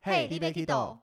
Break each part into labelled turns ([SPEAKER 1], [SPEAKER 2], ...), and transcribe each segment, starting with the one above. [SPEAKER 1] 嘿你要去倒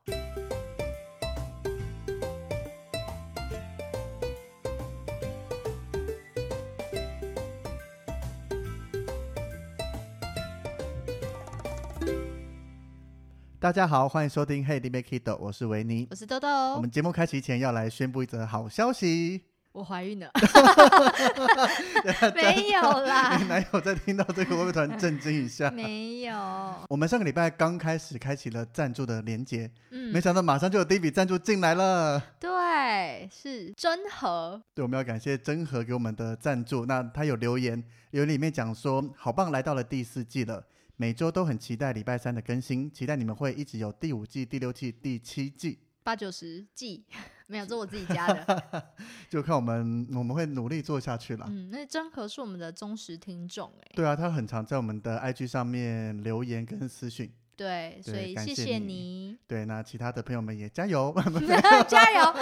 [SPEAKER 2] 大家好，欢迎收听 Hey, d i m a k i d o 我是维尼
[SPEAKER 1] 我。是豆豆，哦
[SPEAKER 2] 我们节目开始前要来宣布一则好消息，
[SPEAKER 1] 我怀 孕了， 没有 啦
[SPEAKER 2] 你，男友在听到这个会不会突然震惊一下？
[SPEAKER 1] 没有，
[SPEAKER 2] 我们上个礼拜刚开始开启了赞助的连接，没
[SPEAKER 1] 嗯，
[SPEAKER 2] 想到马上就有第一笔赞助进来了。
[SPEAKER 1] 对，是真和，
[SPEAKER 2] 对，我们要感谢真和给我们的赞助。那他有留言，有里面讲说，好棒，来到了第四季了，每周都很期待礼拜三的更新，期待你们会一直有第五季、第六季、第七季。
[SPEAKER 1] 八九十 G，没有，这我自己加 的，
[SPEAKER 2] 就看我们我们会努力做下去啦。
[SPEAKER 1] 嗯，那真和是我们的忠实听众哎、
[SPEAKER 2] 对啊，他很常在我们的 IG 上面留言跟私讯。
[SPEAKER 1] 对，所
[SPEAKER 2] 对
[SPEAKER 1] 以
[SPEAKER 2] 感
[SPEAKER 1] 谢
[SPEAKER 2] 谢
[SPEAKER 1] 谢
[SPEAKER 2] 你
[SPEAKER 1] 你，
[SPEAKER 2] 对，那其他的朋友们也加油，
[SPEAKER 1] 加油，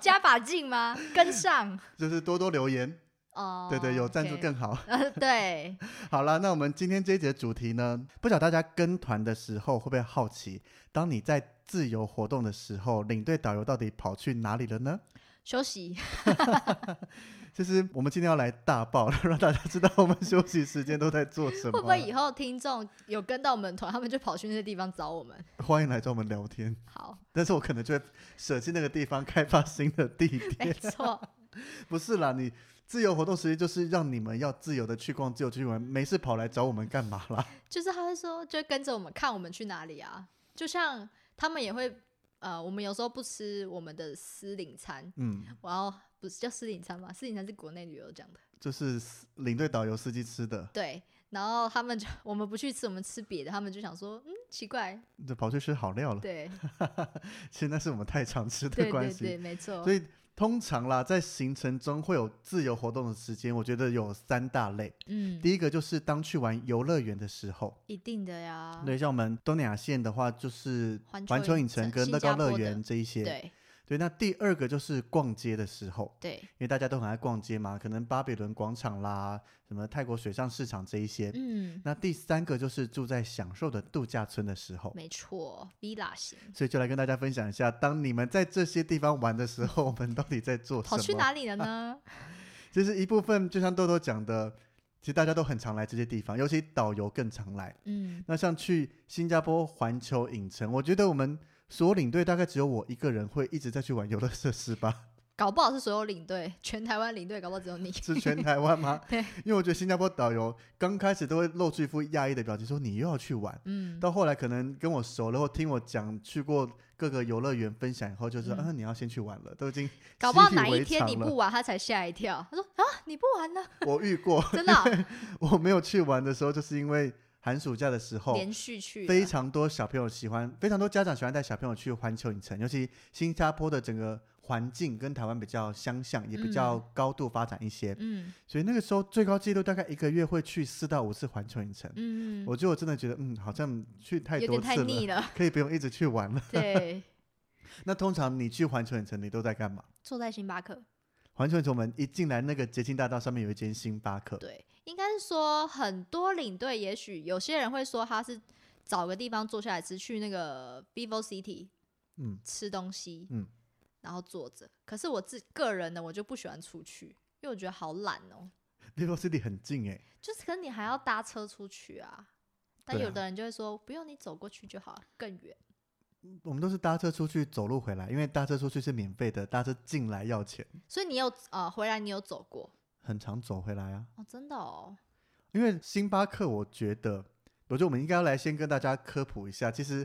[SPEAKER 1] 加把劲吗？跟上
[SPEAKER 2] 就是多多留言。
[SPEAKER 1] 哦，
[SPEAKER 2] 对对，有赞助
[SPEAKER 1] OK
[SPEAKER 2] 更好。
[SPEAKER 1] 呃，对，
[SPEAKER 2] 好了，那我们今天这一节主题呢，不晓得大家跟团的时候会不会好奇，当你在自由活动的时候，领队导游到底跑去哪里了呢？
[SPEAKER 1] 休息，
[SPEAKER 2] 其实我们今天要来大爆，让大家知道我们休息时间都在做什么。
[SPEAKER 1] 会不会以后听众有跟到我们团，他们就跑去那些地方找我们？
[SPEAKER 2] 欢迎来找我们聊天？
[SPEAKER 1] 好，
[SPEAKER 2] 但是我可能就会舍弃那个地方，开发新的地
[SPEAKER 1] 没
[SPEAKER 2] 点。
[SPEAKER 1] 错，
[SPEAKER 2] 不是啦，你自由活动时间就是让你们要自由的去逛、自由地去玩，没事跑来找我们干嘛啦？
[SPEAKER 1] 就是他会说，就会跟着我们看我们去哪里啊，就像他们也会，呃，我们有时候不吃我们的私领餐，
[SPEAKER 2] 嗯，
[SPEAKER 1] 然后不是叫私领餐吗？私领餐是国内旅游讲的，
[SPEAKER 2] 就是领队、导游、司机吃的，
[SPEAKER 1] 对。然后他们就我们不去吃，我们吃别的，他们就想说，嗯，奇 怪，
[SPEAKER 2] 就跑去吃好料了。
[SPEAKER 1] 对
[SPEAKER 2] 其实那是我们太常吃的
[SPEAKER 1] 对
[SPEAKER 2] 关
[SPEAKER 1] 对
[SPEAKER 2] 系，
[SPEAKER 1] 对，没哦错
[SPEAKER 2] 所，以通常啦，在行程中会有自由活动的时间，我觉得有三大类。
[SPEAKER 1] 嗯，
[SPEAKER 2] 第一个就是当去玩游乐园的时候，
[SPEAKER 1] 一定的呀，
[SPEAKER 2] 对，像我们东南亚线的话，就是
[SPEAKER 1] 啊环球
[SPEAKER 2] 环球
[SPEAKER 1] 影
[SPEAKER 2] 影城
[SPEAKER 1] 城
[SPEAKER 2] 跟
[SPEAKER 1] 新
[SPEAKER 2] 乐高
[SPEAKER 1] 加坡
[SPEAKER 2] 乐
[SPEAKER 1] 的
[SPEAKER 2] 园这一些。
[SPEAKER 1] 对
[SPEAKER 2] 对，那第二个就是逛街的时候。
[SPEAKER 1] 对，
[SPEAKER 2] 因为大家都很爱逛街嘛，可能巴比伦广场啦，什么泰国水上市场这一些。
[SPEAKER 1] 嗯，
[SPEAKER 2] 那第三个就是住在享受的度假村的时候，
[SPEAKER 1] 没错，villa 型，
[SPEAKER 2] 所以就来跟大家分享一下，当你们在这些地方玩的时候，我们到底在做什
[SPEAKER 1] 跑
[SPEAKER 2] 么？
[SPEAKER 1] 去哪里 了呢？
[SPEAKER 2] 其实一部分就像豆豆讲的，其实大家都很常来这些地方，尤其导游更常来。
[SPEAKER 1] 嗯，
[SPEAKER 2] 那像去新加坡环球影城，我觉得我们所有领队大概只有我一个人会一直在去玩游乐设施吧。
[SPEAKER 1] 搞不好是所有领队，全台湾领队，搞不好只有你。
[SPEAKER 2] 是全台湾吗？
[SPEAKER 1] 对，
[SPEAKER 2] 因为我觉得新加坡导游刚开始都会露出一副讶异的表情，说你又要去玩。
[SPEAKER 1] 嗯，
[SPEAKER 2] 到后来可能跟我熟了，或听我讲去过各个游乐园分享以后，就说、
[SPEAKER 1] 嗯
[SPEAKER 2] 啊你要先去玩了，都已经
[SPEAKER 1] 搞不好
[SPEAKER 2] 习以
[SPEAKER 1] 哪一
[SPEAKER 2] 为
[SPEAKER 1] 天
[SPEAKER 2] 常
[SPEAKER 1] 你
[SPEAKER 2] 了。
[SPEAKER 1] 不玩，他才吓一跳。他说啊，你不玩了，
[SPEAKER 2] 我遇过，
[SPEAKER 1] 真的啊、
[SPEAKER 2] 我没有去玩的时候，就是因为寒暑假的时候，
[SPEAKER 1] 连续啊去
[SPEAKER 2] 非
[SPEAKER 1] 了
[SPEAKER 2] 常多小朋友喜欢，非常多家长喜欢带小朋友去环球影城，尤其新加坡的整个环境跟台湾比较相像，也比较高度发展一些，
[SPEAKER 1] 嗯
[SPEAKER 2] 所以那个时候最高纪录大概一个月会去四到五次环球影城。
[SPEAKER 1] 嗯，
[SPEAKER 2] 我就真的觉得，嗯，好像去太
[SPEAKER 1] 有
[SPEAKER 2] 多
[SPEAKER 1] 点
[SPEAKER 2] 次
[SPEAKER 1] 太
[SPEAKER 2] 了，
[SPEAKER 1] 腻了。
[SPEAKER 2] 可以不用一直去玩了。
[SPEAKER 1] 对，
[SPEAKER 2] 那通常你去环球影城，你都在干嘛？
[SPEAKER 1] 坐在星巴克，
[SPEAKER 2] 环球影城我们一进来那个捷径大道上面有一间星巴克，
[SPEAKER 1] 对，应该是说很多领队，也许有些人会说他是找个地方坐下来吃，去那个 Vivo City
[SPEAKER 2] 嗯，
[SPEAKER 1] 吃东西，
[SPEAKER 2] 嗯，
[SPEAKER 1] 然后坐着。可是我自个人呢，我就不喜欢出去，因为我觉得好懒哦。
[SPEAKER 2] Vivo City 很近哎、
[SPEAKER 1] 就是，可是你还要搭车出去啊。但
[SPEAKER 2] 对啊
[SPEAKER 1] 有的人就会说，不用你走过去就好，更远。
[SPEAKER 2] 我们都是搭车出去，走路回来，因为搭车出去是免费的，搭车进来要钱，
[SPEAKER 1] 所以你有呃回来，你有走过
[SPEAKER 2] 很常走回来啊。
[SPEAKER 1] 哦，真的哦，
[SPEAKER 2] 因为星巴克，我觉得，我觉得我们应该要来先跟大家科普一下，其实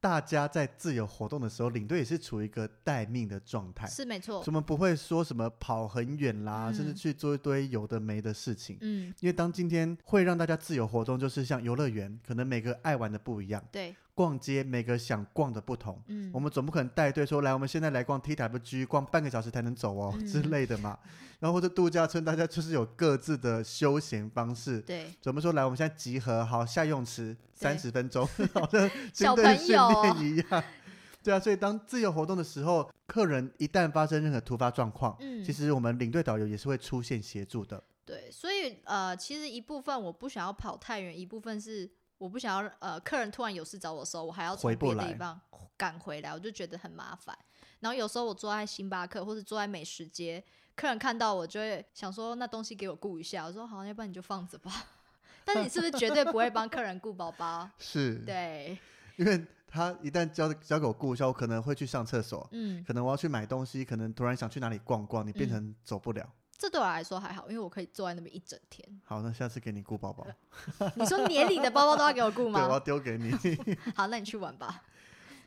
[SPEAKER 2] 大家在自由活动的时候，领队也是处于一个待命的状态，
[SPEAKER 1] 是没错
[SPEAKER 2] 所以，我们不会说什么跑很远啦，
[SPEAKER 1] 嗯
[SPEAKER 2] 甚至去做一堆有的没的事情。
[SPEAKER 1] 嗯，
[SPEAKER 2] 因为当今天会让大家自由活动，就是像游乐园，可能每个爱玩的不一样，
[SPEAKER 1] 对，
[SPEAKER 2] 逛街每个想逛的不同。
[SPEAKER 1] 嗯
[SPEAKER 2] 我，们总不可能带队说来，我们现在来逛 TWG，逛半个小时才能走哦、
[SPEAKER 1] 嗯
[SPEAKER 2] 之类的嘛。然后或者度假村，大家就是有各自的休闲方式。
[SPEAKER 1] 对，
[SPEAKER 2] 怎么说来？我们现在集合，好下泳池
[SPEAKER 1] 对
[SPEAKER 2] 三十分 钟，好像军
[SPEAKER 1] 小
[SPEAKER 2] 队
[SPEAKER 1] 朋
[SPEAKER 2] 训
[SPEAKER 1] 友
[SPEAKER 2] 练一样。 对啊，所以当自由活动的时候，客人一旦发生任何突发状况，
[SPEAKER 1] 嗯，
[SPEAKER 2] 其实我们领队导游也是会出现协助的。
[SPEAKER 1] 对，所以呃，其实一部分我不想要跑太远，一部分是我不想要呃客人突然有事找我的时候，我还要
[SPEAKER 2] 回
[SPEAKER 1] 从
[SPEAKER 2] 不
[SPEAKER 1] 别的
[SPEAKER 2] 来
[SPEAKER 1] 地方赶回来，我就觉得很麻烦。然后有时候我坐在星巴克或者坐在美食街，客人看到我就会想说那东西给我顾一下，我说好，要不然你就放着吧。 但你是不是绝对不会帮客人顾包包？
[SPEAKER 2] 是，
[SPEAKER 1] 对，
[SPEAKER 2] 因为他一旦交交给我顾一下，我可能会去上厕所，
[SPEAKER 1] 嗯，
[SPEAKER 2] 可能我要去买东西，可能突然想去哪里逛逛，你变
[SPEAKER 1] 嗯
[SPEAKER 2] 成走不了。
[SPEAKER 1] 这对我来说还好，因为我可以坐在那边一整天。
[SPEAKER 2] 好，那下次给你顾 包包，
[SPEAKER 1] 你说年里的包包都要给我顾
[SPEAKER 2] 对，我要
[SPEAKER 1] 吗？
[SPEAKER 2] 丢给你。
[SPEAKER 1] 好，那你去玩吧。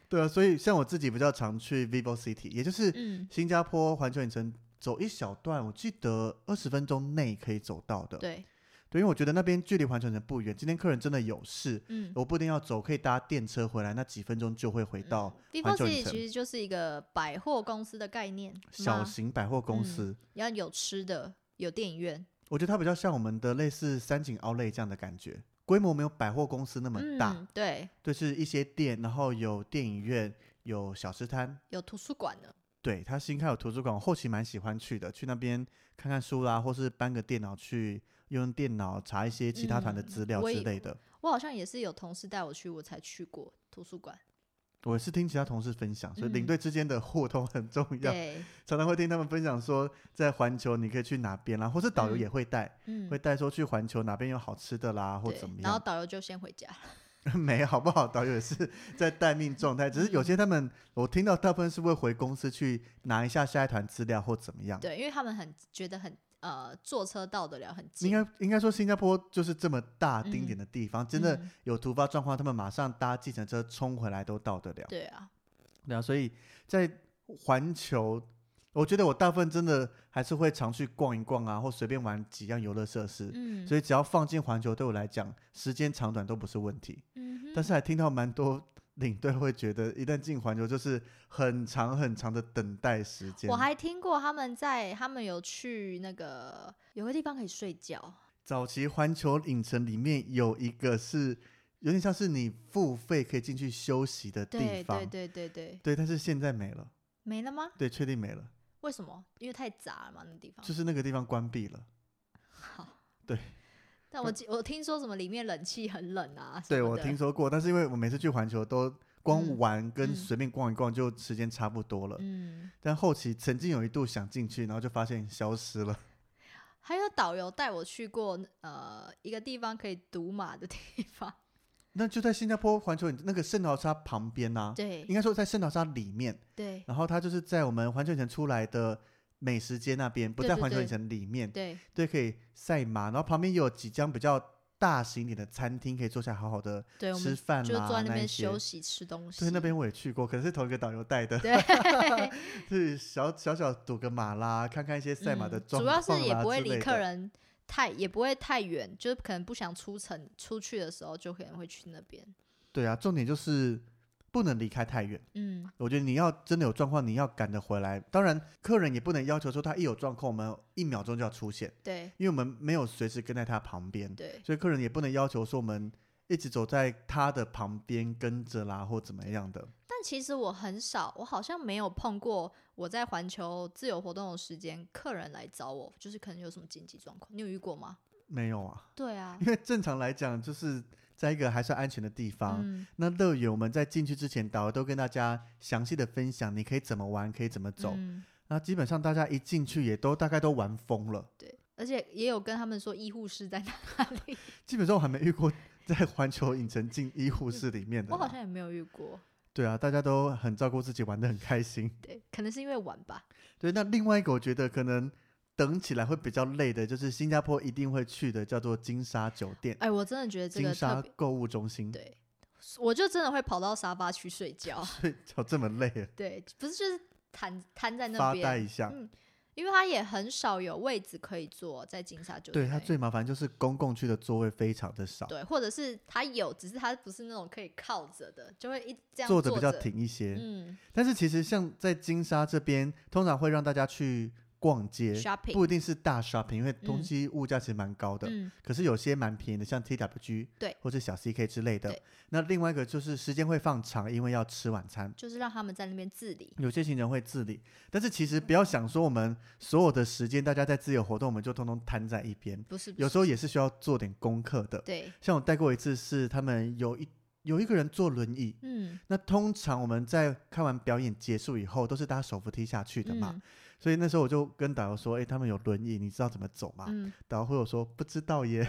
[SPEAKER 2] 对啊，所以像我自己比较常去 Vivo City，也就是
[SPEAKER 1] 嗯，
[SPEAKER 2] 新加坡环球影城走一小段，我记得二十分钟内可以走到的。
[SPEAKER 1] 对，
[SPEAKER 2] 对，因为我觉得那边距离环球影城不远，今天客人真的有事，
[SPEAKER 1] 嗯。
[SPEAKER 2] 我不一定要走，可以搭电车回来，那几分钟就会回到
[SPEAKER 1] Vivo
[SPEAKER 2] 环球
[SPEAKER 1] City
[SPEAKER 2] 影城
[SPEAKER 1] 其实就是一个百货公司的概念，
[SPEAKER 2] 小
[SPEAKER 1] 吗嗯
[SPEAKER 2] 型百货公司。
[SPEAKER 1] 要有吃的，有电影院，
[SPEAKER 2] 我觉得它比较像我们的类似三井奥莱这样的感觉，规模没有百货公司那么大，
[SPEAKER 1] 嗯，对，
[SPEAKER 2] 对，是一些店，然后有电影院，有小吃摊。
[SPEAKER 1] 有图书馆呢。
[SPEAKER 2] 对，它新开有图书馆，我后期蛮喜欢去的，去那边看看书啦，或是搬个电脑去用用电脑查一些其他团的
[SPEAKER 1] 嗯
[SPEAKER 2] 资料
[SPEAKER 1] 我
[SPEAKER 2] 之
[SPEAKER 1] 也
[SPEAKER 2] 类的。
[SPEAKER 1] 我好像也是有同事带我去，我才去过图书馆。
[SPEAKER 2] 我是听其他同事分享，所以领
[SPEAKER 1] 嗯
[SPEAKER 2] 队之间的互动很重要，
[SPEAKER 1] 对，
[SPEAKER 2] 常常会听他们分享说，在环球你可以去哪边啦，或是导游
[SPEAKER 1] 嗯
[SPEAKER 2] 也会带，
[SPEAKER 1] 嗯
[SPEAKER 2] 会，带说去环球哪边有好吃的啦，或
[SPEAKER 1] 对
[SPEAKER 2] 怎么。
[SPEAKER 1] 然后
[SPEAKER 2] 样。
[SPEAKER 1] 导游就先回家。
[SPEAKER 2] 没好不好？导游也 是在待命状态，只是有
[SPEAKER 1] 嗯
[SPEAKER 2] 些他们，我听到大部分是会回公司去拿一下下一团资料或怎么样。
[SPEAKER 1] 对，因为他们很觉得很呃，坐车到得了很
[SPEAKER 2] 应
[SPEAKER 1] 近。
[SPEAKER 2] 该应该说，新加坡就是这么大
[SPEAKER 1] 嗯
[SPEAKER 2] 丁点的地方，真的
[SPEAKER 1] 嗯
[SPEAKER 2] 有突发状况，他们马上搭计程车冲回来都到得了。
[SPEAKER 1] 对啊，
[SPEAKER 2] 对啊，所以在环球，我觉得我大部分真的还是会常去逛一逛啊，或随便玩几样游乐设施。
[SPEAKER 1] 嗯，
[SPEAKER 2] 所以只要放进环球，对我来讲，时间长短都不是问题。
[SPEAKER 1] 嗯哼
[SPEAKER 2] 但是还听到蛮多领队会觉得，一旦进环球就是很长很长的等待时间。
[SPEAKER 1] 我还听过他们在他们有去那个有个地方可以睡觉，
[SPEAKER 2] 早期环球影城里面有一个是有点像是你付费可以进去休息的地
[SPEAKER 1] 对
[SPEAKER 2] 方，
[SPEAKER 1] 对对对对，
[SPEAKER 2] 对但是现在没了，
[SPEAKER 1] 没了吗？
[SPEAKER 2] 对，确定没了，
[SPEAKER 1] 为什么？因为太杂了嘛，那地方
[SPEAKER 2] 就。是那个地方关闭了。
[SPEAKER 1] 但我记我听说什么里面冷气很冷啊，什
[SPEAKER 2] 对
[SPEAKER 1] 么
[SPEAKER 2] 我
[SPEAKER 1] 的
[SPEAKER 2] 听说过，但是因为我每次去环球都光
[SPEAKER 1] 嗯
[SPEAKER 2] 玩跟
[SPEAKER 1] 嗯
[SPEAKER 2] 随便逛一逛就时间差不多了，
[SPEAKER 1] 嗯，
[SPEAKER 2] 但后期曾经有一度想进去，然后就发现消失了。
[SPEAKER 1] 还有导游带我去过呃一个地方可以赌马的地 方，
[SPEAKER 2] 那就在新加坡环球影那个圣淘沙旁边呐、
[SPEAKER 1] 对
[SPEAKER 2] 应该说在圣淘沙里面，
[SPEAKER 1] 对
[SPEAKER 2] 然后它就是在我们环球影城出来的美食街那边，不
[SPEAKER 1] 对
[SPEAKER 2] 在
[SPEAKER 1] 对
[SPEAKER 2] 环球影
[SPEAKER 1] 对
[SPEAKER 2] 城里面，
[SPEAKER 1] 对，
[SPEAKER 2] 对，可以赛马，然后旁边也有几家比较大型一点的餐厅，可以坐下来好好的
[SPEAKER 1] 对我
[SPEAKER 2] 吃
[SPEAKER 1] 们
[SPEAKER 2] 饭啦，啊
[SPEAKER 1] 就坐在那
[SPEAKER 2] 一
[SPEAKER 1] 边
[SPEAKER 2] 些
[SPEAKER 1] 休息吃东西，
[SPEAKER 2] 对，那边我也去过，可是同一个导游带的，
[SPEAKER 1] 对
[SPEAKER 2] 是小小小赌个马啦，看看一些赛马的
[SPEAKER 1] 嗯
[SPEAKER 2] 状况
[SPEAKER 1] 主
[SPEAKER 2] 啦、
[SPEAKER 1] 要
[SPEAKER 2] 之类的。
[SPEAKER 1] 是也不会离客人太也不会太远，就是可能不想出城出去的时候就可能会去那边，
[SPEAKER 2] 对啊，重点就是不能离开太远。
[SPEAKER 1] 嗯
[SPEAKER 2] 我觉得你要真的有状况，你要赶得回来。当然，客人也不能要求说他一有状况，我们一秒钟就要出现，
[SPEAKER 1] 对
[SPEAKER 2] 因为我们没有随时跟在他旁边，
[SPEAKER 1] 对
[SPEAKER 2] 所以客人也不能要求说我们一直走在他的旁边跟着啦，或怎么样的。
[SPEAKER 1] 但其实我很少，我好像没有碰过我在环球自由活动的时间，客人来找我，就是可能有什么紧急状况，你有遇过吗？
[SPEAKER 2] 没有啊，
[SPEAKER 1] 对啊，
[SPEAKER 2] 因为正常来讲，就是在一个还算安全的地方，
[SPEAKER 1] 嗯
[SPEAKER 2] 那乐园我们在进去之前，导游都跟大家详细的分享，你可以怎么玩，可以怎么走。
[SPEAKER 1] 嗯
[SPEAKER 2] 那基本上大家一进去也都大概都玩疯了。
[SPEAKER 1] 对，而且也有跟他们说医护室在哪里，
[SPEAKER 2] 基本上我还没遇过在环球影城进医护室里面的啊
[SPEAKER 1] 我好
[SPEAKER 2] 啦。
[SPEAKER 1] 像也没有遇过。
[SPEAKER 2] 对啊，大家都很照顾自己，玩的很开心。
[SPEAKER 1] 对，可能是因为晚吧。
[SPEAKER 2] 对，那另外一个我觉得可能等起来会比较累的，就是新加坡一定会去的，叫做金沙酒店、
[SPEAKER 1] 哎，我真的觉得这
[SPEAKER 2] 金
[SPEAKER 1] 个特
[SPEAKER 2] 沙嗯
[SPEAKER 1] 别，
[SPEAKER 2] 购物中心。
[SPEAKER 1] 对，我就真的会跑到沙发去睡觉。
[SPEAKER 2] 对，就这么累了，
[SPEAKER 1] 对，不是就是瘫瘫在那
[SPEAKER 2] 发呆
[SPEAKER 1] 边，
[SPEAKER 2] 一下。
[SPEAKER 1] 嗯因为他也很少有位置可以坐在金沙酒店
[SPEAKER 2] 对，
[SPEAKER 1] 那
[SPEAKER 2] 它
[SPEAKER 1] 里。
[SPEAKER 2] 最麻烦就是公共区的座位非常的少，
[SPEAKER 1] 对，或者是他有，只是他不是那种可以靠着的，就会一这样
[SPEAKER 2] 坐
[SPEAKER 1] 着
[SPEAKER 2] 着比较。挺一些。
[SPEAKER 1] 嗯，
[SPEAKER 2] 但是其实像在金沙这边，通常会让大家去逛街
[SPEAKER 1] Shopping
[SPEAKER 2] 不一定是大 shopping，因为东
[SPEAKER 1] 嗯
[SPEAKER 2] 西物价其实蛮高的，
[SPEAKER 1] 嗯，
[SPEAKER 2] 可是有些蛮便宜的，像 TWG
[SPEAKER 1] 对
[SPEAKER 2] 或者小 CK 之类的
[SPEAKER 1] 对。
[SPEAKER 2] 那另外一个就是时间会放长，因为要吃晚餐。
[SPEAKER 1] 就是让他们在那边自理。
[SPEAKER 2] 有些行程会自理，但是其实不要想说我们所有的时间，大家在自由活动，我们就通通摊在一边。
[SPEAKER 1] 不是，不
[SPEAKER 2] 有
[SPEAKER 1] 是
[SPEAKER 2] 时候也是需要做点功课的。
[SPEAKER 1] 对，
[SPEAKER 2] 像我带过一次，是他们有一有一个人坐轮椅，
[SPEAKER 1] 嗯，
[SPEAKER 2] 那通常我们在看完表演结束以后，都是搭手扶梯下去的嘛。
[SPEAKER 1] 嗯
[SPEAKER 2] 所以那时候我就跟导游说：“哎、他们有轮椅，你知道怎么走吗？”
[SPEAKER 1] 嗯，
[SPEAKER 2] 导游会有说：“不知道耶。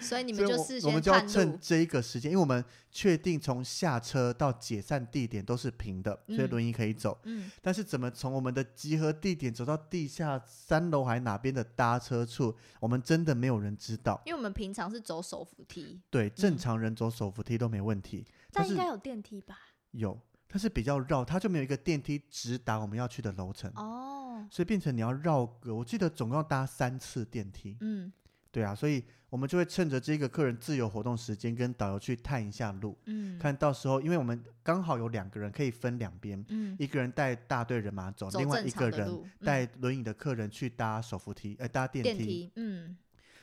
[SPEAKER 1] 所以你
[SPEAKER 2] 啊所以
[SPEAKER 1] 们就
[SPEAKER 2] 我
[SPEAKER 1] 事
[SPEAKER 2] 我
[SPEAKER 1] 先
[SPEAKER 2] 们就要
[SPEAKER 1] 探
[SPEAKER 2] 趁
[SPEAKER 1] 路，
[SPEAKER 2] 这一个时间，因为我们确定从下车到解散地点都是平的，所以
[SPEAKER 1] 嗯
[SPEAKER 2] 轮椅可以走。
[SPEAKER 1] 嗯，
[SPEAKER 2] 但是怎么从我们的集合地点走到地下三楼还哪边的搭车处，我们真的没有人知道。
[SPEAKER 1] 因为我们平常是走手扶梯，
[SPEAKER 2] 对，正
[SPEAKER 1] 嗯
[SPEAKER 2] 常人走手扶梯都没问题，
[SPEAKER 3] 但
[SPEAKER 2] 但是
[SPEAKER 3] 应该有电梯吧？
[SPEAKER 2] 有，但是比较绕，它就没有一个电梯直达我们要去的楼层，
[SPEAKER 1] 哦，
[SPEAKER 2] 所以变成你要绕个，我记得总共要搭三次电梯。
[SPEAKER 1] 嗯
[SPEAKER 2] 对啊，所以我们就会趁着这个客人自由活动时间，跟导游去探一下路，
[SPEAKER 1] 嗯，
[SPEAKER 2] 看到时候，因为我们刚好有两个人可以分两边，
[SPEAKER 1] 嗯，
[SPEAKER 2] 一个人带大队人马走，
[SPEAKER 1] 走
[SPEAKER 2] 另外
[SPEAKER 1] 正
[SPEAKER 2] 一
[SPEAKER 1] 常
[SPEAKER 2] 个
[SPEAKER 1] 的
[SPEAKER 2] 人
[SPEAKER 1] 路嗯
[SPEAKER 2] 带轮椅的客人去搭手扶梯，呃，搭电
[SPEAKER 1] 电梯，嗯，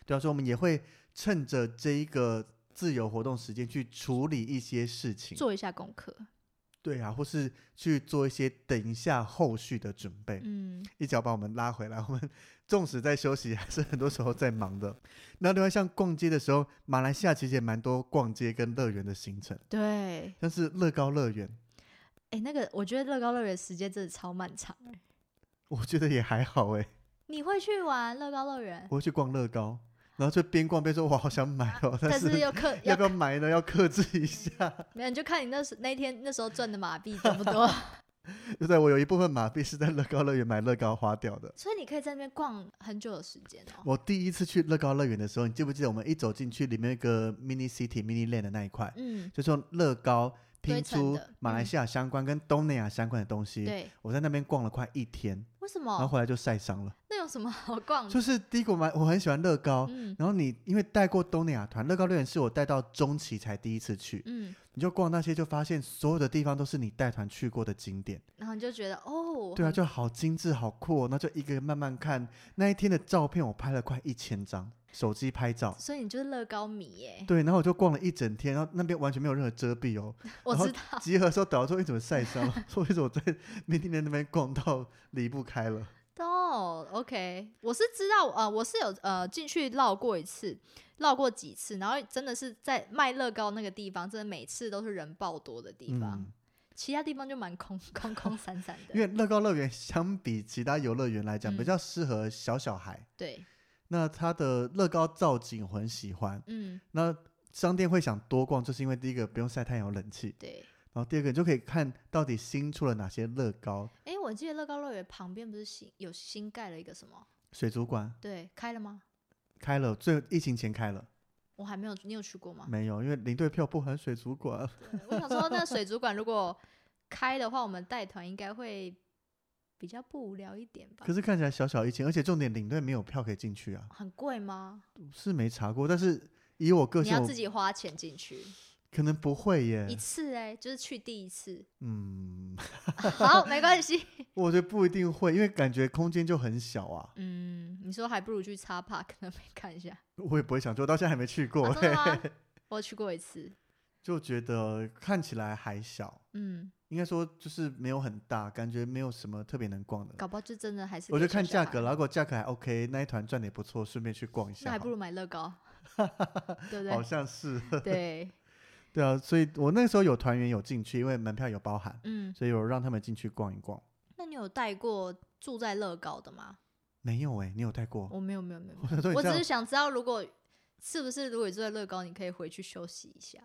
[SPEAKER 2] 对啊，所以我们也会趁着这一个自由活动时间去处理一些事情，
[SPEAKER 1] 做一下功课，
[SPEAKER 2] 对啊，或是去做一些等一下后续的准备。
[SPEAKER 1] 嗯，
[SPEAKER 2] 一脚把我们拉回来。我们纵使在休息，还是很多时候在忙的。那另外像逛街的时候，马来西亚其实也蛮多逛街跟乐园的行程，
[SPEAKER 1] 对，
[SPEAKER 2] 像是乐高乐园，
[SPEAKER 1] 哎，那个我觉得乐高乐园时间真的超漫长欸，
[SPEAKER 2] 我觉得也还好哎。
[SPEAKER 1] 你会去玩乐高乐园，
[SPEAKER 2] 我会去逛乐高，然后就边逛边说：“哇，好想买哦！”但
[SPEAKER 1] 但
[SPEAKER 2] 是
[SPEAKER 1] 是又克
[SPEAKER 2] 要不要买呢？要克制一下。
[SPEAKER 1] 没有，你就看你那时那天那时候赚的马币多不 多，
[SPEAKER 2] 就在我有一部分马币是在乐高乐园买乐高花掉的。
[SPEAKER 1] 所以你可以在那边逛很久的时间哦。
[SPEAKER 2] 我第一次去乐高乐园的时候，你记不记得我们一走进去，里面有一个 mini city、mini land 的那一块，
[SPEAKER 1] 嗯，
[SPEAKER 2] 就是用乐高拼
[SPEAKER 1] 堆成
[SPEAKER 2] 出
[SPEAKER 1] 的
[SPEAKER 2] 马来
[SPEAKER 1] 嗯
[SPEAKER 2] 西亚相关跟东南亚相关的东西。
[SPEAKER 1] 对，哦
[SPEAKER 2] 我在那边逛了快一天，
[SPEAKER 1] 为什
[SPEAKER 2] 然后
[SPEAKER 1] 么？
[SPEAKER 2] 回来就晒伤了。
[SPEAKER 1] 那有什么 好逛的？
[SPEAKER 2] 就是第一个我蛮我很喜欢乐高，
[SPEAKER 1] 嗯
[SPEAKER 2] 然后你因为带过东南亚团，乐高乐园是我带到中期才第一次去，
[SPEAKER 1] 嗯，
[SPEAKER 2] 你就逛那些就发现所有的地方都是你带团去过的景点，
[SPEAKER 1] 然后你就觉得哦，
[SPEAKER 2] 对啊，
[SPEAKER 1] 很
[SPEAKER 2] 就好精致好酷、哦，那就一个一个慢慢看。那一天的照片我拍了快一千张，手机拍照。
[SPEAKER 1] 所以你就是乐高迷耶、
[SPEAKER 2] 对，然后我就逛了一整天，然后那边完全没有任何遮蔽哦。
[SPEAKER 1] 我
[SPEAKER 2] 然后
[SPEAKER 1] 知道，
[SPEAKER 2] 集合的时候，导游说：“你怎么晒伤了？” 说：“为什么我在明天那边逛到离不开了
[SPEAKER 1] 哦，OK，我是知道，呃，我是有呃进去绕过一次，绕过几次，然后真的是在卖乐高那个地方，真的每次都是人爆多的？”地方，
[SPEAKER 2] 嗯，
[SPEAKER 1] 其他地方就蛮空空空散散
[SPEAKER 2] 因为
[SPEAKER 1] 的。
[SPEAKER 2] 乐高乐园相比其他游乐园来讲，
[SPEAKER 1] 嗯
[SPEAKER 2] 比较适合小小孩。
[SPEAKER 1] 对，
[SPEAKER 2] 那它的乐高造景我很喜欢。
[SPEAKER 1] 嗯，
[SPEAKER 2] 那商店会想多逛，就是因为第一个不用晒太阳、有冷气，
[SPEAKER 1] 对。
[SPEAKER 2] 然后第二个你就可以看到底新出了哪些乐高
[SPEAKER 1] 哎，我记得乐高乐园旁边不是新有新盖了一个什么？
[SPEAKER 2] 水族馆
[SPEAKER 1] 对，开了吗？
[SPEAKER 2] 开了，最疫情前开了
[SPEAKER 1] 我还没有，你有去过吗？
[SPEAKER 2] 没有？因为领队票不含水族馆，
[SPEAKER 1] 我想说，那个水族馆如果开的话，我们带团应该会比较不无聊一点吧
[SPEAKER 2] 可？是看起来小小一间，而且重点领队没有票可以进去啊，
[SPEAKER 1] 很贵吗？
[SPEAKER 2] 是没查过，但是以我个
[SPEAKER 1] 你
[SPEAKER 2] 性，
[SPEAKER 1] 要
[SPEAKER 2] 我
[SPEAKER 1] 自己花钱进去
[SPEAKER 2] 可能不会
[SPEAKER 1] 一
[SPEAKER 2] 耶。
[SPEAKER 1] 次哎、就是去第一次，
[SPEAKER 2] 嗯，
[SPEAKER 1] 好，没关系。
[SPEAKER 2] 我觉得不一定会，因为感觉空间就很小啊。
[SPEAKER 1] 嗯，你说还不如去叉 park 那边看一下。
[SPEAKER 2] 我也不会想去，我到现在还没去过、
[SPEAKER 1] 啊、真的
[SPEAKER 2] 嘿
[SPEAKER 1] 吗
[SPEAKER 2] 嘿？
[SPEAKER 1] 我去过一次，
[SPEAKER 2] 就觉得看起来还小，
[SPEAKER 1] 嗯，
[SPEAKER 2] 应该说就是没有很大，感觉没有什么特别能逛的。
[SPEAKER 1] 搞不好就真的还是
[SPEAKER 2] 我
[SPEAKER 1] 给
[SPEAKER 2] 就看
[SPEAKER 1] 小小
[SPEAKER 2] 价格
[SPEAKER 1] 孩
[SPEAKER 2] 啦，如果价格还 OK，那一团赚的也不错，顺便去逛一下
[SPEAKER 1] 哎那
[SPEAKER 2] 好了，
[SPEAKER 1] 还不如买 乐高，对不
[SPEAKER 2] 好
[SPEAKER 1] 对？
[SPEAKER 2] 像是
[SPEAKER 1] 对，
[SPEAKER 2] 对啊，所以我那时候有团员有进去，因为门票有包含，
[SPEAKER 1] 嗯，
[SPEAKER 2] 所以有让他们进去逛一逛。
[SPEAKER 1] 那你有带过住在乐高的吗？
[SPEAKER 2] 没有哎、你有带 过？
[SPEAKER 1] 我没有，没有，没有。
[SPEAKER 2] 我想说你
[SPEAKER 1] 我
[SPEAKER 2] 这
[SPEAKER 1] 只
[SPEAKER 2] 样
[SPEAKER 1] 是想知道，如果是不是如果你住在乐高，你可以回去休息一下。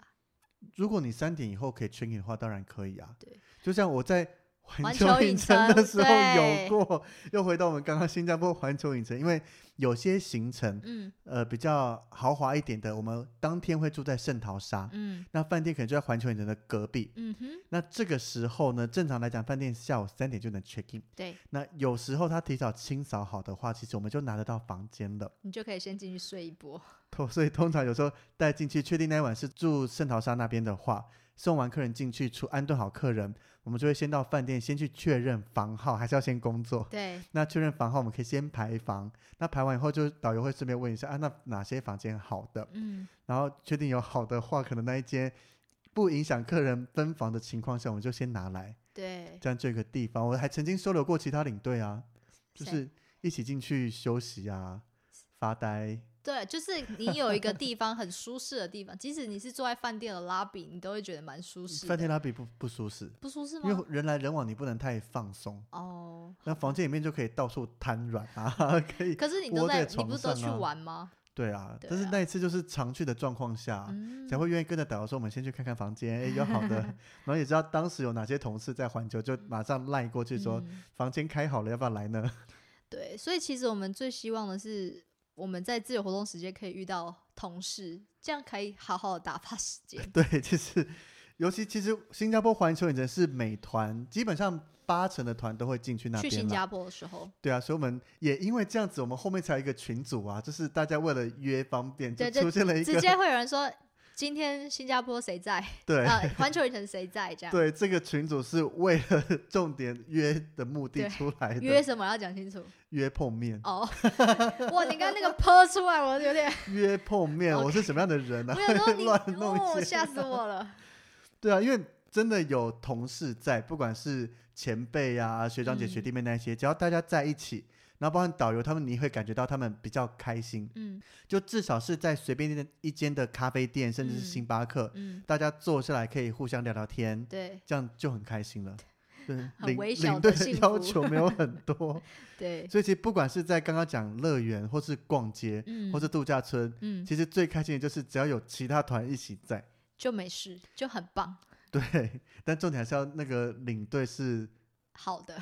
[SPEAKER 2] 如果你三点以后可以 check in 的话，当然可以啊。
[SPEAKER 1] 对，
[SPEAKER 2] 就像我在环
[SPEAKER 1] 环
[SPEAKER 2] 球
[SPEAKER 1] 球
[SPEAKER 2] 影
[SPEAKER 1] 影
[SPEAKER 2] 城的
[SPEAKER 1] 城
[SPEAKER 2] 时候有
[SPEAKER 1] 对
[SPEAKER 2] 过，又回到我们刚刚新加坡环球影城，因为有些行程
[SPEAKER 1] 嗯
[SPEAKER 2] 呃比较豪华一点的，我们当天会住在圣淘沙，
[SPEAKER 1] 嗯
[SPEAKER 2] 那饭店可能就在环球影城的隔壁。
[SPEAKER 1] 嗯哼，
[SPEAKER 2] 那这个时候呢，正常来讲，饭店下午三点就能 check in。
[SPEAKER 1] 对
[SPEAKER 2] 那有时候他提早清扫好的话，其实我们就拿得到房间了。
[SPEAKER 1] 你就可以先进去睡一波。
[SPEAKER 2] 通所以通常有时候带进去，确定那一晚是住圣淘沙那边的话，送完客人进去，出安顿好客人，我们就会先到饭店先去确认房号，还是要先工作。
[SPEAKER 1] 对，
[SPEAKER 2] 那确认房号，我们可以先排房。那排完以后，就导游会顺便问一下啊，那哪些房间好的？
[SPEAKER 1] 嗯，
[SPEAKER 2] 然后确定有好的话，可能那一间不影响客人分房的情况下，我们就先拿来，
[SPEAKER 1] 对，
[SPEAKER 2] 这样就有一个地方。我还曾经收留过其他领队啊，就
[SPEAKER 1] 谁
[SPEAKER 2] 是一起进去休息啊，发呆。
[SPEAKER 1] 对，就是你有一个地方很舒适的地方，即使你是坐在饭店的拉比，你都会觉得蛮舒适
[SPEAKER 2] 饭
[SPEAKER 1] 的，
[SPEAKER 2] 店拉比不不舒适，
[SPEAKER 1] 不舒适
[SPEAKER 2] 因
[SPEAKER 1] 吗
[SPEAKER 2] 为？人来人往，你不能太放松。
[SPEAKER 1] 哦，
[SPEAKER 2] 那房间里面就可以到处瘫软 啊，可以。
[SPEAKER 1] 可是你都
[SPEAKER 2] 窝
[SPEAKER 1] 在，
[SPEAKER 2] 在
[SPEAKER 1] 你不是
[SPEAKER 2] 床上
[SPEAKER 1] 都去
[SPEAKER 2] 啊
[SPEAKER 1] 玩吗？
[SPEAKER 2] 对啊，
[SPEAKER 1] 对
[SPEAKER 2] 但是
[SPEAKER 1] 啊
[SPEAKER 2] 那一次就是常去的状况下，
[SPEAKER 1] 嗯，
[SPEAKER 2] 才会愿意跟着导游说我们先去看看房 间，哎，有好的。然后也知道当时有哪些同事在环球，就马上赖过去说、
[SPEAKER 1] 嗯
[SPEAKER 2] 房间开好了，要不要来呢？。
[SPEAKER 1] 对，所以其实我们最希望的是，我们在自由活动时间可以遇到同事，这样可以好好的打发时间
[SPEAKER 2] 对，就是尤其其实新加坡环球影城是美团，基本上八成的团都会进去 那
[SPEAKER 1] 去
[SPEAKER 2] 边
[SPEAKER 1] 新
[SPEAKER 2] 啦。
[SPEAKER 1] 加坡的时候，
[SPEAKER 2] 对啊，所以我们也因为这样子，我们后面才有一个群组啊，就是大家为了约方便，就
[SPEAKER 1] 对就
[SPEAKER 2] 出现了一
[SPEAKER 1] 直
[SPEAKER 2] 个
[SPEAKER 1] 接会有人说今天新加坡谁在，
[SPEAKER 2] 对。
[SPEAKER 1] 呃，环球影城谁在这样。
[SPEAKER 2] 对，这个群组是为了 重点约的目的
[SPEAKER 1] 对
[SPEAKER 2] 出来的，
[SPEAKER 1] 约什么要讲清楚
[SPEAKER 2] 约碰面，
[SPEAKER 1] 哦！ 哇，你刚刚那个泼出来，我有点，
[SPEAKER 2] 约碰 面，我是什么样的人呢、
[SPEAKER 1] 我想说你
[SPEAKER 2] 乱弄一
[SPEAKER 1] 哦，
[SPEAKER 2] 些
[SPEAKER 1] 吓死 我了。
[SPEAKER 2] 对啊，因为真的有同事在，不管是前辈啊、学长姐、
[SPEAKER 1] 嗯
[SPEAKER 2] 学弟妹那些，只要大家在一起，然后包括导游他们，你会感觉到他们比较开心。
[SPEAKER 1] 嗯
[SPEAKER 2] 就至少是在随便一间的咖啡店，甚至是
[SPEAKER 1] 嗯
[SPEAKER 2] 星巴克，
[SPEAKER 1] 嗯，
[SPEAKER 2] 大家坐下来可以互相聊聊天，
[SPEAKER 1] 对
[SPEAKER 2] 这样就很开心了。对，
[SPEAKER 1] 很
[SPEAKER 2] 领
[SPEAKER 1] 微小
[SPEAKER 2] 领
[SPEAKER 1] 的
[SPEAKER 2] 队
[SPEAKER 1] 幸
[SPEAKER 2] 要
[SPEAKER 1] 福
[SPEAKER 2] 求没有 很多，
[SPEAKER 1] 对，
[SPEAKER 2] 所以其实不管是在刚刚讲乐园，或是逛街，
[SPEAKER 1] 嗯
[SPEAKER 2] 或是度假村，
[SPEAKER 1] 嗯
[SPEAKER 2] 其实最开心的就是只要有其他团一起在。
[SPEAKER 1] 就没事，就很棒，
[SPEAKER 2] 对，但重点还是要那个领队是
[SPEAKER 1] 好 的，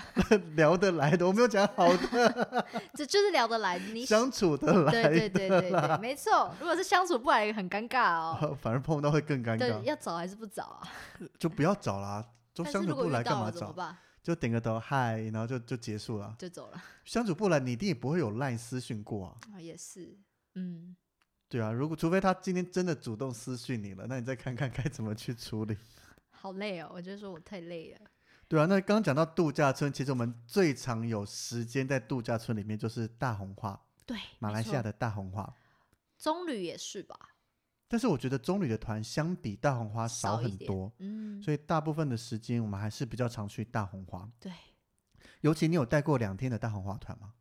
[SPEAKER 2] 聊得来的，我没有讲 好的，
[SPEAKER 1] 这就是聊得来，你
[SPEAKER 2] 相处得来的
[SPEAKER 1] 对
[SPEAKER 2] 啦。
[SPEAKER 1] 对对对对，没错。如果是相处不来，很尴尬哦。
[SPEAKER 2] 反而碰到会更尴
[SPEAKER 1] 对，
[SPEAKER 2] 尬，
[SPEAKER 1] 要找还是不找啊？
[SPEAKER 2] 就不要找啦，都
[SPEAKER 1] 但是
[SPEAKER 2] 相
[SPEAKER 1] 如
[SPEAKER 2] 处
[SPEAKER 1] 果
[SPEAKER 2] 不
[SPEAKER 1] 遇
[SPEAKER 2] 来干
[SPEAKER 1] 到
[SPEAKER 2] 嘛
[SPEAKER 1] 了怎么
[SPEAKER 2] 找？
[SPEAKER 1] 办？
[SPEAKER 2] 就点个头嗨，然后就就结束了。
[SPEAKER 1] 就走了。
[SPEAKER 2] 相处不来，你一定也不会有赖私讯过啊。
[SPEAKER 1] 啊，也是，嗯，
[SPEAKER 2] 对啊，如果除非他今天真的主动私讯你了，那你再看看该怎么去处理。
[SPEAKER 1] 好累哦。我就说我太累 了。
[SPEAKER 2] 对啊，那刚刚讲到度假村，其实我们最常有时间在度假村里面就是大红花，
[SPEAKER 1] 对，
[SPEAKER 2] 马
[SPEAKER 1] 没
[SPEAKER 2] 来西亚
[SPEAKER 1] 错
[SPEAKER 2] 的大红花。
[SPEAKER 1] 棕榈也是吧？
[SPEAKER 2] 但是我觉得棕榈的团相比大红花啊少
[SPEAKER 1] 少一
[SPEAKER 2] 很
[SPEAKER 1] 点
[SPEAKER 2] 多，
[SPEAKER 1] 嗯，
[SPEAKER 2] 所以大部分的时间我们还是比较常去大红花。
[SPEAKER 1] 对，
[SPEAKER 2] 尤其你有带过两天的大红花团吗？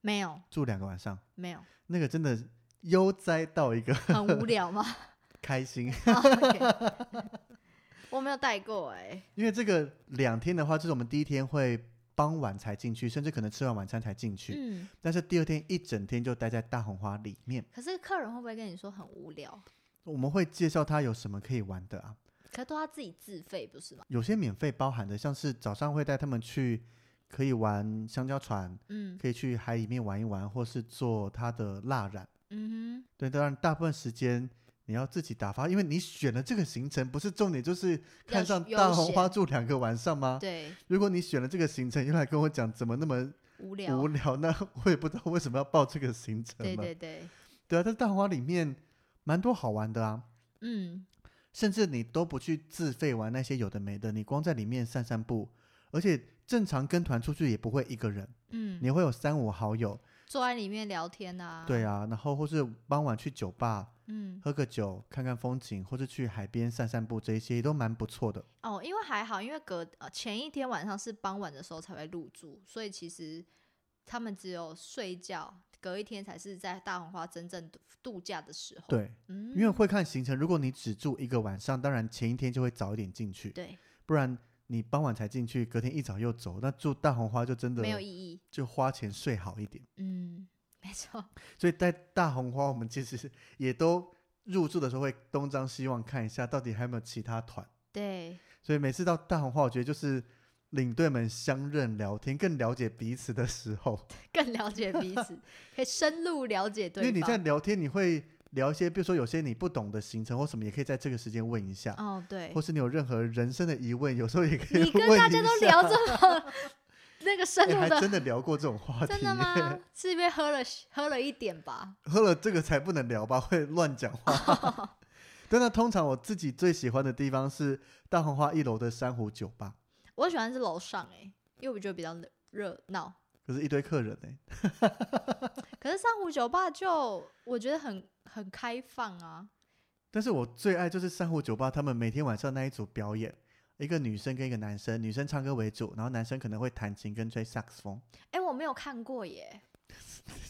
[SPEAKER 1] 没有
[SPEAKER 2] 住两个晚上，
[SPEAKER 1] 没 有，
[SPEAKER 2] 那个真的悠哉到一个
[SPEAKER 1] 很无聊吗？
[SPEAKER 2] 开心，
[SPEAKER 1] 哦，OK 我没有带过哎。
[SPEAKER 2] 因为这个两天的话，就是我们第一天会傍晚才进去，甚至可能吃完晚餐才进去，
[SPEAKER 1] 嗯，
[SPEAKER 2] 但是第二天一整天就待在大红花里面。
[SPEAKER 1] 可是客人会不会跟你说很无聊？
[SPEAKER 2] 我们会介绍他有什么可以玩的啊，
[SPEAKER 1] 可是都要自己自费不是吗？
[SPEAKER 2] 有些免费包含的，像是早上会带他们去可以玩香蕉船，
[SPEAKER 1] 嗯
[SPEAKER 2] 可以去海里面玩一玩，或是做它的蜡染。
[SPEAKER 1] 嗯
[SPEAKER 2] 对，当然大部分时间你要自己打发，因为你选了这个行程，不是重点就是看上
[SPEAKER 1] 要
[SPEAKER 2] 大
[SPEAKER 1] 悠
[SPEAKER 2] 红花
[SPEAKER 1] 闲
[SPEAKER 2] 住两个晚上吗
[SPEAKER 1] 哼，？对，
[SPEAKER 2] 如果你选了这个行程，又来跟我讲怎么那么
[SPEAKER 1] 无聊，
[SPEAKER 2] 无聊，那我也不知道为什么要报这个行程
[SPEAKER 1] 对
[SPEAKER 2] 了。
[SPEAKER 1] 对对，
[SPEAKER 2] 对啊，但是大红花里面蛮多好玩的啊。
[SPEAKER 1] 嗯，
[SPEAKER 2] 甚至你都不去自费玩那些有的没的，你光在里面散散步，而且正常跟团出去也不会一个人，
[SPEAKER 1] 嗯，
[SPEAKER 2] 你会有三五好友，
[SPEAKER 1] 坐在里面聊天啊，
[SPEAKER 2] 对，啊，然后或是傍晚去酒吧
[SPEAKER 1] 嗯，
[SPEAKER 2] 喝个酒，看看风景，或是去海边散散步，这一些都蛮不错的。
[SPEAKER 1] 哦，因为还好，因为隔呃前一天晚上是傍晚的时候才会入住，所以其实他们只有睡觉，隔一天才是在大红花真正度度假的时候。，
[SPEAKER 2] 对，
[SPEAKER 1] 嗯，
[SPEAKER 2] 因为会看行程，如果你只住一个晚上，当然前一天就会早一点进去，
[SPEAKER 1] 对
[SPEAKER 2] 不然你傍晚才进去，隔天一早又走，那住大红花就真的
[SPEAKER 1] 没有意义，
[SPEAKER 2] 就花钱睡好一点。
[SPEAKER 1] 嗯，没错，
[SPEAKER 2] 所以在大红花，我们其实也都入住的时候会东张西望看一下，到底还有没有其他团。
[SPEAKER 1] 对，
[SPEAKER 2] 所以每次到大红花，我觉得就是领队们相认聊天，更了解彼此的时候，
[SPEAKER 1] 更了解彼 此，可以深入了解
[SPEAKER 2] 因
[SPEAKER 1] 对
[SPEAKER 2] 为
[SPEAKER 1] 方。
[SPEAKER 2] 你在聊天，你会聊一些，比如说有些你不懂的行程或什么，也可以在这个时间问一下，
[SPEAKER 1] 哦，对
[SPEAKER 2] 或，是你有任何人生的疑问，有时候也可以
[SPEAKER 1] 你跟
[SPEAKER 2] 问
[SPEAKER 1] 大
[SPEAKER 2] 一
[SPEAKER 1] 家都
[SPEAKER 2] 下
[SPEAKER 1] 聊这么那个深
[SPEAKER 2] 哎
[SPEAKER 1] 入
[SPEAKER 2] 还
[SPEAKER 1] 的，
[SPEAKER 2] 真的聊过这种话题，
[SPEAKER 1] 真的？吗？是因为喝了喝了一点吧？
[SPEAKER 2] 喝了这个才不能聊吧，会乱讲话。 但那通常我自己最喜欢的地方是大红花一楼的珊瑚酒吧，
[SPEAKER 1] 我喜欢是楼上哎、因为我觉得比较热闹。
[SPEAKER 2] 可是一堆客人呢、
[SPEAKER 1] 可是珊瑚酒吧就我觉得很很开放啊，
[SPEAKER 2] 但是我最爱就是珊瑚酒吧，他们每天晚上那一组表演，一个女生跟一个男生，女生唱歌为主，然后男生可能会弹琴跟吹萨克斯风。
[SPEAKER 1] 哎、我没有看过耶，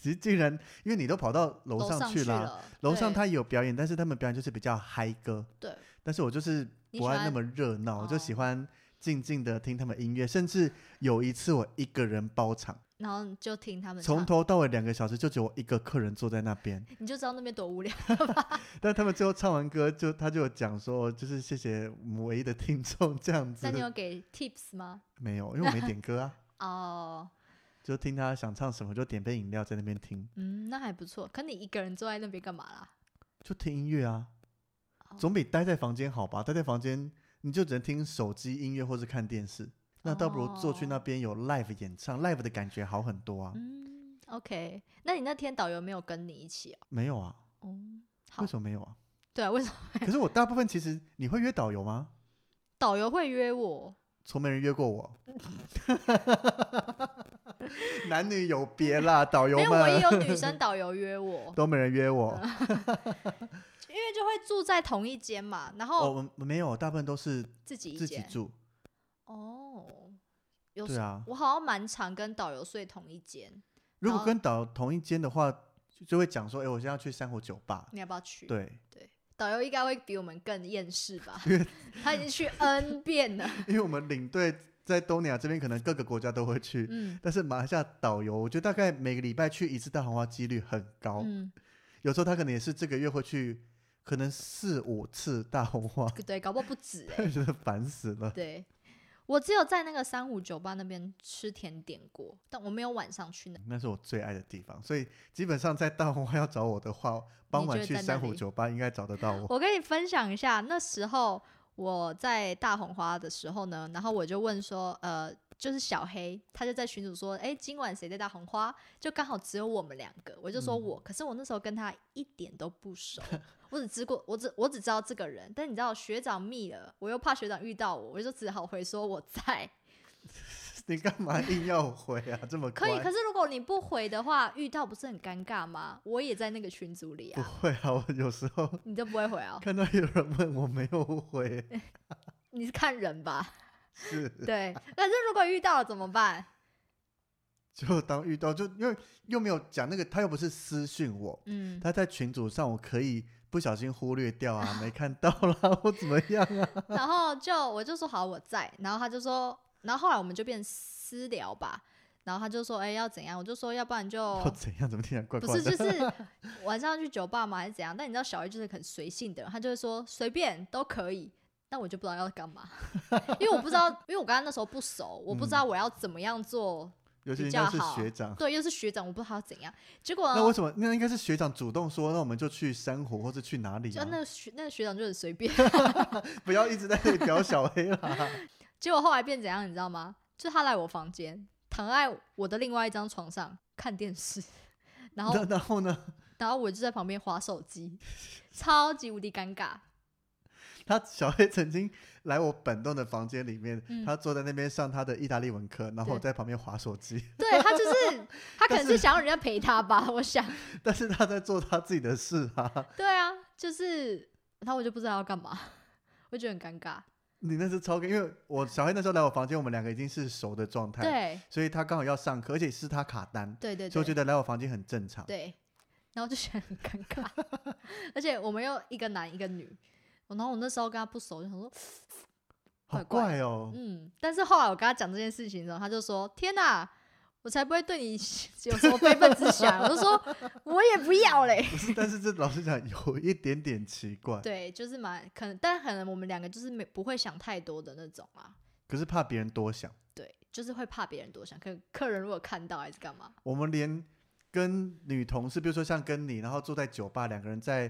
[SPEAKER 2] 其实竟然因为你都跑到楼
[SPEAKER 1] 楼
[SPEAKER 2] 上
[SPEAKER 1] 去
[SPEAKER 2] 啦，
[SPEAKER 1] 了，
[SPEAKER 2] 楼上
[SPEAKER 1] 对
[SPEAKER 2] 他也有表演，但是他们表演就是比较嗨歌，
[SPEAKER 1] 对
[SPEAKER 2] 但是我就是
[SPEAKER 1] 你
[SPEAKER 2] 不
[SPEAKER 1] 喜
[SPEAKER 2] 爱那
[SPEAKER 1] 欢
[SPEAKER 2] 么热闹，我就
[SPEAKER 1] 哦
[SPEAKER 2] 喜欢静静的听他们音乐，甚至有一次我一个人包场，
[SPEAKER 1] 然后你就听他们
[SPEAKER 2] 从
[SPEAKER 1] 唱，
[SPEAKER 2] 头到尾两个小时就只有我一个客人坐在那 边，
[SPEAKER 1] 你就知道那边多无聊。
[SPEAKER 2] 但他们最后唱完歌就他就有讲说，就是谢谢我们唯一的听众这样子
[SPEAKER 1] 那，你有给 tips 吗？
[SPEAKER 2] 没有，因为我没点歌啊。
[SPEAKER 1] 哦，
[SPEAKER 2] 就听他想唱什么，就点杯饮料在那边听，
[SPEAKER 1] 嗯，那还不错。可你一个人坐在那边干嘛啦？
[SPEAKER 2] 就听音乐啊，
[SPEAKER 1] 哦
[SPEAKER 2] 总比待在房间好吧？待在房间你就只能听手机音乐或是看电视，那倒不如坐去那边有 live 演唱、l i v e 的感觉好很多啊。
[SPEAKER 1] 嗯，OK。那你那天导游没有跟你一起哦？
[SPEAKER 2] 没有啊，
[SPEAKER 1] 哦，好
[SPEAKER 2] 为，什么没有啊？
[SPEAKER 1] 对啊，为什么
[SPEAKER 2] 可是我大部分其实你会约导游吗？
[SPEAKER 1] 导游会约我？
[SPEAKER 2] 从没人约过 我，男女有别啦，导游
[SPEAKER 1] 没有，我也
[SPEAKER 2] 们，
[SPEAKER 1] 有女生导游约我
[SPEAKER 2] 都没人约我。
[SPEAKER 1] 因为就会住在同一间嘛，然
[SPEAKER 2] 哦，
[SPEAKER 1] 后
[SPEAKER 2] 我们没有，大部分都是
[SPEAKER 1] 自己一
[SPEAKER 2] 自己
[SPEAKER 1] 间。
[SPEAKER 2] 住。
[SPEAKER 1] 哦，有
[SPEAKER 2] 对
[SPEAKER 1] 时
[SPEAKER 2] 啊，
[SPEAKER 1] 我好像蛮常跟导游睡同一间，
[SPEAKER 2] 如
[SPEAKER 1] 然
[SPEAKER 2] 果
[SPEAKER 1] 后
[SPEAKER 2] 跟导同一间的话，就就会讲说，哎、我现在要去珊瑚酒吧。
[SPEAKER 1] 你要不要去？
[SPEAKER 2] 对，
[SPEAKER 1] 导游应该会比我们更厌世吧？他已经去 N 遍了。
[SPEAKER 2] 因为我们领队在东南亚这边，可能各个国家都会去，
[SPEAKER 1] 嗯
[SPEAKER 2] 但是马来西亚导游，我觉得大概每个礼拜去一次大红花几率很高，
[SPEAKER 1] 嗯，
[SPEAKER 2] 有时候他可能也是这个月会去，可能四五次大红花，
[SPEAKER 1] 对，搞不好不止哎、
[SPEAKER 2] 觉得烦死了。
[SPEAKER 1] 对，我只有在那个三五酒吧那边吃甜点过，但我没有晚上去那。
[SPEAKER 2] 那是我最爱的地方，所以基本上在大红花要找我的话，傍晚
[SPEAKER 1] 就
[SPEAKER 2] 去
[SPEAKER 1] 在那
[SPEAKER 2] 珊瑚
[SPEAKER 1] 里
[SPEAKER 2] 酒吧应该找得到 我。
[SPEAKER 1] 我跟你分享一下，那时候我在大红花的时候呢，然后我就问说，呃，就是小黑，他就在群主说，哎，今晚谁在大红花？就刚好只有我们两个，我就说
[SPEAKER 2] 嗯
[SPEAKER 1] 我，可是我那时候跟他一点都 不熟，我只知过，我只我只知道这个人，但你知道学长密了，我又怕学长遇到我，我就只好回说我 在。
[SPEAKER 2] 你干嘛硬要我回啊？这么
[SPEAKER 1] 可以，
[SPEAKER 2] 乖？
[SPEAKER 1] 可是如果你不回的话，遇到不是很尴尬吗？我也在那个群组里
[SPEAKER 2] 不
[SPEAKER 1] 啊，
[SPEAKER 2] 会啊，我有时候
[SPEAKER 1] 你都不会回 啊、
[SPEAKER 2] 看到有人问我没有回，
[SPEAKER 1] 你是看人吧？
[SPEAKER 2] 是
[SPEAKER 1] 对，可是如果遇到了怎么办？
[SPEAKER 2] 就当遇到就因为又没有讲那个，他又不是私讯我，
[SPEAKER 1] 嗯，
[SPEAKER 2] 他在群组上我可以不小心忽略掉啊，没看到啦， 或怎么样啊？
[SPEAKER 1] 然后就我就说好我在，然后他就说，然后后来我们就变私聊吧，然后他就说哎、要怎样，我就说要不然就
[SPEAKER 2] 或怎样？怎么听起来怪
[SPEAKER 1] 哦不
[SPEAKER 2] 怪的？
[SPEAKER 1] 是就是 晚上去酒吧嘛还是怎样？但你知道小黑就是很随性的人，他就会说随便都可以。但我就不知道要干嘛， 因为我不知道，因为我跟他那时候不熟，我不知
[SPEAKER 2] 嗯
[SPEAKER 1] 道我要怎么样做
[SPEAKER 2] 尤其
[SPEAKER 1] 比
[SPEAKER 2] 应
[SPEAKER 1] 较
[SPEAKER 2] 该是
[SPEAKER 1] 好哦
[SPEAKER 2] 学长。
[SPEAKER 1] 对，又是学长，我不知道他怎样。结果呢
[SPEAKER 2] 啊那为什么？那应该是学长主动说，那我们就去珊瑚或者去哪里、
[SPEAKER 1] 就
[SPEAKER 2] 啊？
[SPEAKER 1] 那个学那个学长就很随便。
[SPEAKER 2] 不要一直在那里屌小黑啦。
[SPEAKER 1] 结果后来变怎样，你知道吗？就他来我房间，躺在我的另外一张床上看电视， 然后
[SPEAKER 2] 那 然后呢？
[SPEAKER 1] 然后我就在旁边划手机，超级无敌尴尬。
[SPEAKER 2] 他小黑曾经来我本栋的房间里面，
[SPEAKER 1] 嗯
[SPEAKER 2] 他坐在那边上他的意大利文课，然后我
[SPEAKER 1] 对
[SPEAKER 2] 在旁边划手机。
[SPEAKER 1] 对他就是他可
[SPEAKER 2] 但
[SPEAKER 1] 能是想要人家陪他吧，我想。
[SPEAKER 2] 但是他在做他自己的事啊。
[SPEAKER 1] 对啊，就是然后我就不知道要干嘛，我觉得很尴尬。
[SPEAKER 2] 你那是超尴，因为我小黑那时候来我房间，我们两个已经是熟的状态，
[SPEAKER 1] 对
[SPEAKER 2] 所以他刚好要上课，而且是他卡单，
[SPEAKER 1] 对对
[SPEAKER 2] 所以我觉
[SPEAKER 1] 对
[SPEAKER 2] 得来我房间很正常。
[SPEAKER 1] 对，然后就觉得很尴尬， 而且我们又一个男一个女，然后我那时候跟他不熟，就想说。
[SPEAKER 2] 好
[SPEAKER 1] 怪怪
[SPEAKER 2] 怪哦，
[SPEAKER 1] 嗯，但是后来我跟他讲这件事情的时候，他就说：“天哪，我才不会对你有什么非分之 想。”我就说：“我也不要嘞。
[SPEAKER 2] 不是，但是这老实讲有一点点奇怪”，
[SPEAKER 1] 对，就是蛮可能，但可能我们两个就是没不会想太多的那种啊。
[SPEAKER 2] 可是怕别人多想，
[SPEAKER 1] 对，就是会怕别人多想，可客人如果看到还是干嘛？
[SPEAKER 2] 我们连跟女同事，比如说像跟你，然后坐在酒吧，两个人在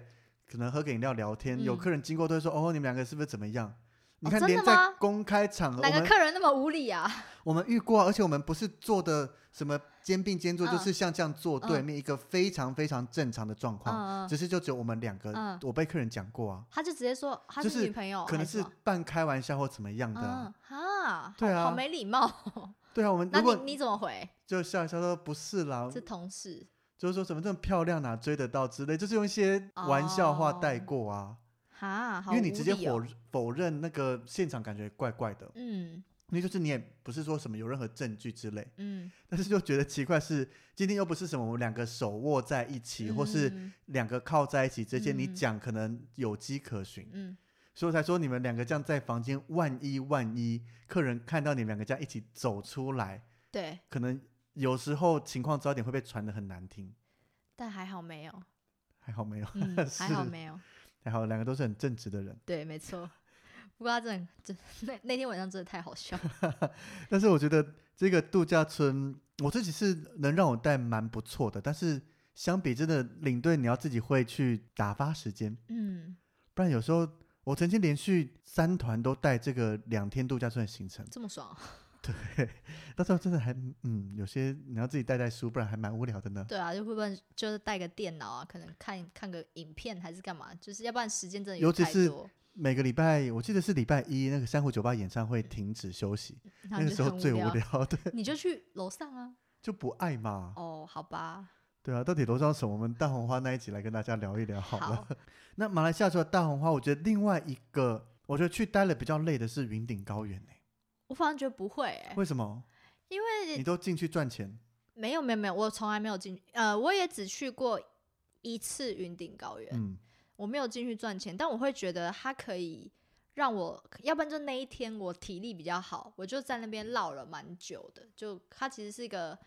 [SPEAKER 2] 可能喝个饮料聊天，有
[SPEAKER 1] 嗯
[SPEAKER 2] 客人经过都会说哦，你们两个是不是怎么样？你看，
[SPEAKER 1] 真的
[SPEAKER 2] 连在
[SPEAKER 1] 吗
[SPEAKER 2] 公开场合，
[SPEAKER 1] 哪
[SPEAKER 2] 啊我
[SPEAKER 1] 个
[SPEAKER 2] 们
[SPEAKER 1] 客人那么无理啊？
[SPEAKER 2] 我们遇过啊，而且我们不是坐的什么肩并肩坐，就
[SPEAKER 1] 嗯
[SPEAKER 2] 是像这样坐对面，一个非常非常正常的状况。
[SPEAKER 1] 嗯，嗯
[SPEAKER 2] 只是就只有我们两个，
[SPEAKER 1] 嗯
[SPEAKER 2] 我被客人讲过啊，
[SPEAKER 1] 他就直接说她
[SPEAKER 2] 就是是
[SPEAKER 1] 女朋友，
[SPEAKER 2] 可能
[SPEAKER 1] 还是
[SPEAKER 2] 是
[SPEAKER 1] 什么
[SPEAKER 2] 半开玩笑或怎么样的啊、
[SPEAKER 1] 嗯哈，
[SPEAKER 2] 对
[SPEAKER 1] 好
[SPEAKER 2] 啊，
[SPEAKER 1] 没礼貌哦。
[SPEAKER 2] 对啊，我们
[SPEAKER 1] 那
[SPEAKER 2] 如
[SPEAKER 1] 你
[SPEAKER 2] 果
[SPEAKER 1] 你怎么回？
[SPEAKER 2] 就笑一笑说不是啦，
[SPEAKER 1] 是同事
[SPEAKER 2] 就是说怎么这么漂亮哪追得到之类，就是用一些玩笑话带
[SPEAKER 1] 哦
[SPEAKER 2] 过啊，
[SPEAKER 1] 哈，好
[SPEAKER 2] 因为你
[SPEAKER 1] 无
[SPEAKER 2] 直接
[SPEAKER 1] 理哦
[SPEAKER 2] 否否认那个现场感觉怪怪的，
[SPEAKER 1] 嗯
[SPEAKER 2] 那就是你也不是说什么有任何证据之类，
[SPEAKER 1] 嗯，
[SPEAKER 2] 但是就觉得奇怪是今天又不是什么我们两个手握在一起，或是
[SPEAKER 1] 嗯
[SPEAKER 2] 两个靠在一起之间，你
[SPEAKER 1] 嗯
[SPEAKER 2] 讲可能有迹可循，
[SPEAKER 1] 嗯
[SPEAKER 2] 所以我才说你们两个这样在房间，万一万一客人看到你们两个这样一起走出来，
[SPEAKER 1] 对，
[SPEAKER 2] 可能有时候情况糟点会被传的很难听，
[SPEAKER 1] 但还好 没有，
[SPEAKER 2] 还好没有，
[SPEAKER 1] 嗯，还好没有，
[SPEAKER 2] 还好两个都是很正直的人。
[SPEAKER 1] 对，没错。不过他真的真那那天晚上真的太好笑 了，
[SPEAKER 2] 但是我觉得这个度假村，我自己是能让我带蛮不错的，但是相比真的领队，你要自己会去打发时间，
[SPEAKER 1] 嗯，
[SPEAKER 2] 不然有时候我曾经连续三团都带这个两天度假村的行程，
[SPEAKER 1] 这么爽啊，
[SPEAKER 2] 到时候真的还嗯有些你要自己带带书，不然还蛮无聊的呢。
[SPEAKER 1] 对啊，就会不会就是带个电脑啊，可能看看个影片还是干嘛，就是要不然时间真的有
[SPEAKER 2] 尤其
[SPEAKER 1] 太
[SPEAKER 2] 是
[SPEAKER 1] 多，
[SPEAKER 2] 每个礼拜我记得是礼拜一那个珊瑚酒吧演唱会停止休息，
[SPEAKER 1] 然
[SPEAKER 2] 那
[SPEAKER 1] 后
[SPEAKER 2] 个
[SPEAKER 1] 你就
[SPEAKER 2] 时候
[SPEAKER 1] 很
[SPEAKER 2] 最无
[SPEAKER 1] 无，
[SPEAKER 2] 聊，对，
[SPEAKER 1] 你就去楼上啊，
[SPEAKER 2] 就不爱嘛。
[SPEAKER 1] 哦，好吧，
[SPEAKER 2] 对啊，到底楼上什么？我们大红花那一集来跟大家聊一聊好了。
[SPEAKER 1] 好，
[SPEAKER 2] 那马来西亚除了大红花，我觉得另外一个，我觉得去待了比较累的是云顶高原、欸、
[SPEAKER 1] 我反而觉得不会、欸，
[SPEAKER 2] 为什么？
[SPEAKER 1] 因为
[SPEAKER 2] 你都进去赚钱，
[SPEAKER 1] 没有没有没有，我从来没有进去，呃，我也只去过一次云顶高原，
[SPEAKER 2] 嗯，
[SPEAKER 1] 我没有进去赚钱，但我会觉得它可以让我，要不然就那一天我体力比较好，我就在那
[SPEAKER 2] 嗯
[SPEAKER 1] 边唠了蛮久的。就它其实是一个，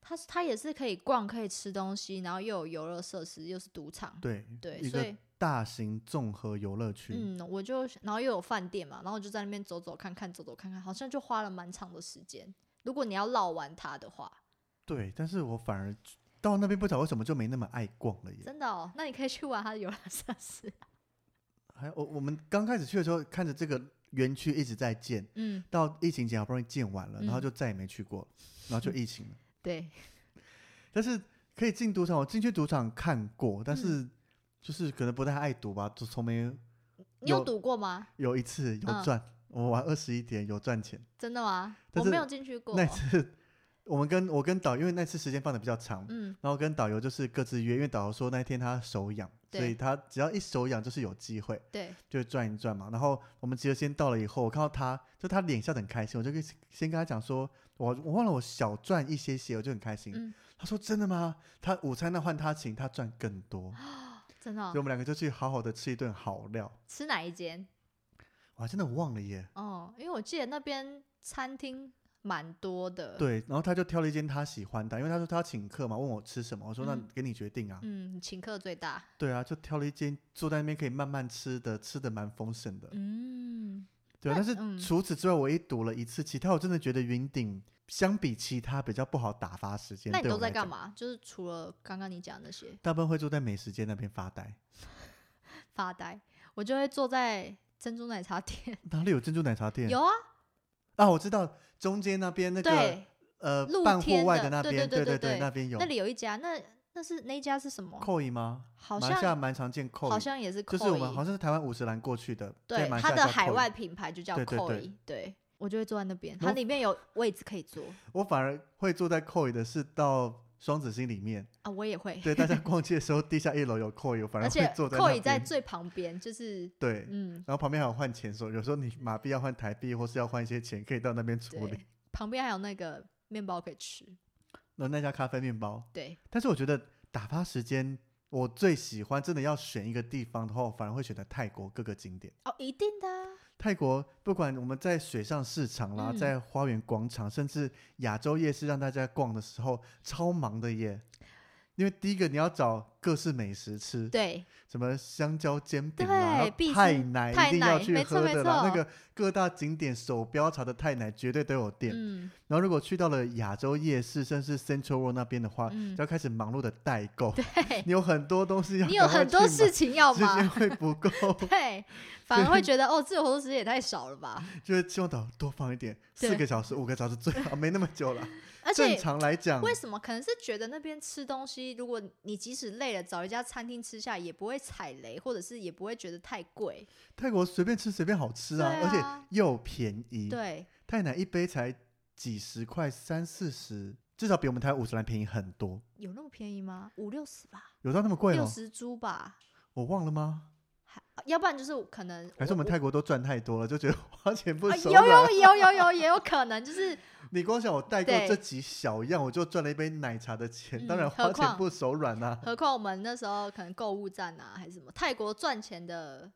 [SPEAKER 1] 它是它也是可以逛、可以吃东西，然后又有游乐设施，又是赌场，
[SPEAKER 2] 对
[SPEAKER 1] 对，
[SPEAKER 2] 一
[SPEAKER 1] 所
[SPEAKER 2] 个
[SPEAKER 1] 以
[SPEAKER 2] 大型综合游乐区，
[SPEAKER 1] 嗯，我就然后又有饭店嘛，然后我就在那边走走看看、走走看看，好像就花了蛮长的时间。如果你要唠完它的话，
[SPEAKER 2] 对。但是我反而到那边不知道为什么就没那么爱逛了耶。
[SPEAKER 1] 真的哦，那你可以去玩它的游乐设施，
[SPEAKER 2] 还有我我们刚开始去的时候，看着这个园区一直在建，
[SPEAKER 1] 嗯，
[SPEAKER 2] 到疫情前好不容易建完了，
[SPEAKER 1] 嗯
[SPEAKER 2] 然后就再也没去过了，然后就疫情了。
[SPEAKER 1] 对，
[SPEAKER 2] 但是可以进赌场，我进去赌场看过，但是
[SPEAKER 1] 嗯
[SPEAKER 2] 就是可能不太爱赌吧，就从没
[SPEAKER 1] 你有
[SPEAKER 2] 有
[SPEAKER 1] 赌过吗？
[SPEAKER 2] 有一次有
[SPEAKER 1] 嗯
[SPEAKER 2] 赚，我玩二十一点有赚钱。
[SPEAKER 1] 真的吗？
[SPEAKER 2] 但
[SPEAKER 1] 我没
[SPEAKER 2] 是
[SPEAKER 1] 有进去过哦
[SPEAKER 2] 那，次我们跟我跟导，因为那次时间放的比较长，
[SPEAKER 1] 嗯。
[SPEAKER 2] 然后跟导游就是各自约，因为导游说那一天他手痒，所以
[SPEAKER 1] 对
[SPEAKER 2] 他只要一手痒就是有机会，
[SPEAKER 1] 对，
[SPEAKER 2] 就转一转嘛。然后我们集合先到了以后，我看到他就他脸笑得很开心，我就跟先跟他讲说，我我忘了我小赚一些些，我就很开心。
[SPEAKER 1] 嗯
[SPEAKER 2] 他说真的吗？他午餐那换他请，他赚更多，
[SPEAKER 1] 真的哦、
[SPEAKER 2] 所以我们两个就去好好的吃一顿好料。
[SPEAKER 1] 吃哪一间？
[SPEAKER 2] 我还真的忘了耶。
[SPEAKER 1] 哦，因为我记得那边餐厅蛮多的。，
[SPEAKER 2] 对，然后他就挑了一间他喜欢的，因为他说他要请客嘛，问我吃什么，我说那
[SPEAKER 1] 嗯
[SPEAKER 2] 给你决定啊。
[SPEAKER 1] 嗯，请客最大。
[SPEAKER 2] 对啊，就挑了一间坐在那边可以慢慢吃的，吃的蛮丰盛的。
[SPEAKER 1] 嗯，
[SPEAKER 2] 对啊，但
[SPEAKER 1] 嗯
[SPEAKER 2] 是除此之外，我也赌了一次，其他我真的觉得云顶相比其他比较不好打发时间。
[SPEAKER 1] 那你
[SPEAKER 2] 对
[SPEAKER 1] 都
[SPEAKER 2] 我
[SPEAKER 1] 在
[SPEAKER 2] 来
[SPEAKER 1] 干
[SPEAKER 2] 讲？
[SPEAKER 1] 嘛？就是除了刚刚你讲的那些
[SPEAKER 2] 大部分会坐在美食街那边发 呆，
[SPEAKER 1] 发呆，我就会坐在珍珠奶茶店。
[SPEAKER 2] 哪里有珍珠奶茶店？
[SPEAKER 1] 有啊，
[SPEAKER 2] 啊，我知道中间那边那个
[SPEAKER 1] 对，
[SPEAKER 2] 呃
[SPEAKER 1] 露
[SPEAKER 2] 半户
[SPEAKER 1] 天
[SPEAKER 2] 外
[SPEAKER 1] 的
[SPEAKER 2] 那
[SPEAKER 1] 对
[SPEAKER 2] 边，
[SPEAKER 1] 对对
[SPEAKER 2] 对
[SPEAKER 1] 对对
[SPEAKER 2] 那边有
[SPEAKER 1] 那里有一家，那那是那一家是什么？
[SPEAKER 2] 扣一吗？
[SPEAKER 1] 好
[SPEAKER 2] 马来西亚
[SPEAKER 1] 像
[SPEAKER 2] 蛮常见扣
[SPEAKER 1] 好
[SPEAKER 2] 一，
[SPEAKER 1] 像也是 Koi，
[SPEAKER 2] 就是我们好像是台湾五十岚过去的，
[SPEAKER 1] 对
[SPEAKER 2] 在马来西
[SPEAKER 1] 它
[SPEAKER 2] 亚
[SPEAKER 1] 的
[SPEAKER 2] 叫
[SPEAKER 1] 海
[SPEAKER 2] Koi
[SPEAKER 1] 外品牌就叫
[SPEAKER 2] 对对
[SPEAKER 1] Koi，
[SPEAKER 2] 对
[SPEAKER 1] 对我就会坐在那边，
[SPEAKER 2] 然
[SPEAKER 1] 它
[SPEAKER 2] 后
[SPEAKER 1] 里面有位置可以坐
[SPEAKER 2] 我反而会坐在扣椅的是到双子星里面，
[SPEAKER 1] 啊，我也会。
[SPEAKER 2] 对，大家逛街的时候，地下一楼有扣椅，我反而
[SPEAKER 1] 而且
[SPEAKER 2] 会坐在
[SPEAKER 1] 扣
[SPEAKER 2] 那
[SPEAKER 1] 椅在
[SPEAKER 2] 边
[SPEAKER 1] 最旁边，就是
[SPEAKER 2] 对，
[SPEAKER 1] 嗯，
[SPEAKER 2] 然后旁边还有换钱所，有时候你马币要换台币，或是要换一些钱，可以到那边处理。
[SPEAKER 1] 对，旁边还有那个面包可以吃，
[SPEAKER 2] 然后那家咖啡面包，
[SPEAKER 1] 对，
[SPEAKER 2] 但是我觉得打发时间，我最喜欢真的要选一个地方的话，我反而会选择泰国各个景点。
[SPEAKER 1] 哦，一定的啊、
[SPEAKER 2] 泰国不管我们在水上市场啦，
[SPEAKER 1] 嗯
[SPEAKER 2] 在花园广场，甚至亚洲夜市让大家逛的时候，超忙的耶。因为第一个你要找各式美食吃，
[SPEAKER 1] 对，
[SPEAKER 2] 什么香蕉煎饼啊
[SPEAKER 1] 对必，须
[SPEAKER 2] 太奶
[SPEAKER 1] 太
[SPEAKER 2] 一定要
[SPEAKER 1] 奶
[SPEAKER 2] 去
[SPEAKER 1] 没错
[SPEAKER 2] 喝
[SPEAKER 1] 没
[SPEAKER 2] 的啦。那
[SPEAKER 1] 错
[SPEAKER 2] 个各大景点手标查的太奶绝对都有店。
[SPEAKER 1] 嗯
[SPEAKER 2] 然后如果去到了亚洲夜市，甚至 Central World 那边的话，
[SPEAKER 1] 嗯
[SPEAKER 2] 就要开始忙碌的代购。
[SPEAKER 1] 对，
[SPEAKER 2] 你有很多东西要，
[SPEAKER 1] 你有很多事
[SPEAKER 2] 情，
[SPEAKER 1] 情要
[SPEAKER 2] 时间
[SPEAKER 1] 忙，
[SPEAKER 2] 会不够，
[SPEAKER 1] 对，反而会觉得哦，自由活动时间也太少了 吧？
[SPEAKER 2] 就是希望导多放一点，
[SPEAKER 1] 对
[SPEAKER 2] 四个小时、五个小时最 好，没那么久了。
[SPEAKER 1] 而
[SPEAKER 2] 正
[SPEAKER 1] 且
[SPEAKER 2] 常来讲，
[SPEAKER 1] 为什么？可能是觉得那边吃东西，如果你即使累了，找一家餐厅吃下也不会踩雷，或者是也不会觉得太贵。
[SPEAKER 2] 泰国随便吃随便好吃啊，
[SPEAKER 1] 对
[SPEAKER 2] 而且
[SPEAKER 1] 啊
[SPEAKER 2] 又便宜。
[SPEAKER 1] 对，
[SPEAKER 2] 泰奶一杯才几十块，三四十，至少比我们台五十兰便宜很多。
[SPEAKER 1] 有那么便宜吗？五六十吧，
[SPEAKER 2] 有到那么贵
[SPEAKER 1] 六
[SPEAKER 2] 吗？
[SPEAKER 1] 十铢吧，
[SPEAKER 2] 我忘了吗？
[SPEAKER 1] 啊要不然就是可能
[SPEAKER 2] 还是我们泰国都赚太多了，就觉得花钱不
[SPEAKER 1] 啊
[SPEAKER 2] 手
[SPEAKER 1] 有
[SPEAKER 2] 软。
[SPEAKER 1] 有有有有也有可能就是
[SPEAKER 2] 你光想我代购
[SPEAKER 1] 对
[SPEAKER 2] 这几小样，我就赚了一杯奶茶的钱，
[SPEAKER 1] 嗯
[SPEAKER 2] 当然
[SPEAKER 1] 何
[SPEAKER 2] 花钱
[SPEAKER 1] 况
[SPEAKER 2] 不手软啊呐、
[SPEAKER 1] 何况我们那时候可能购物站啊，还是什么，泰国赚钱的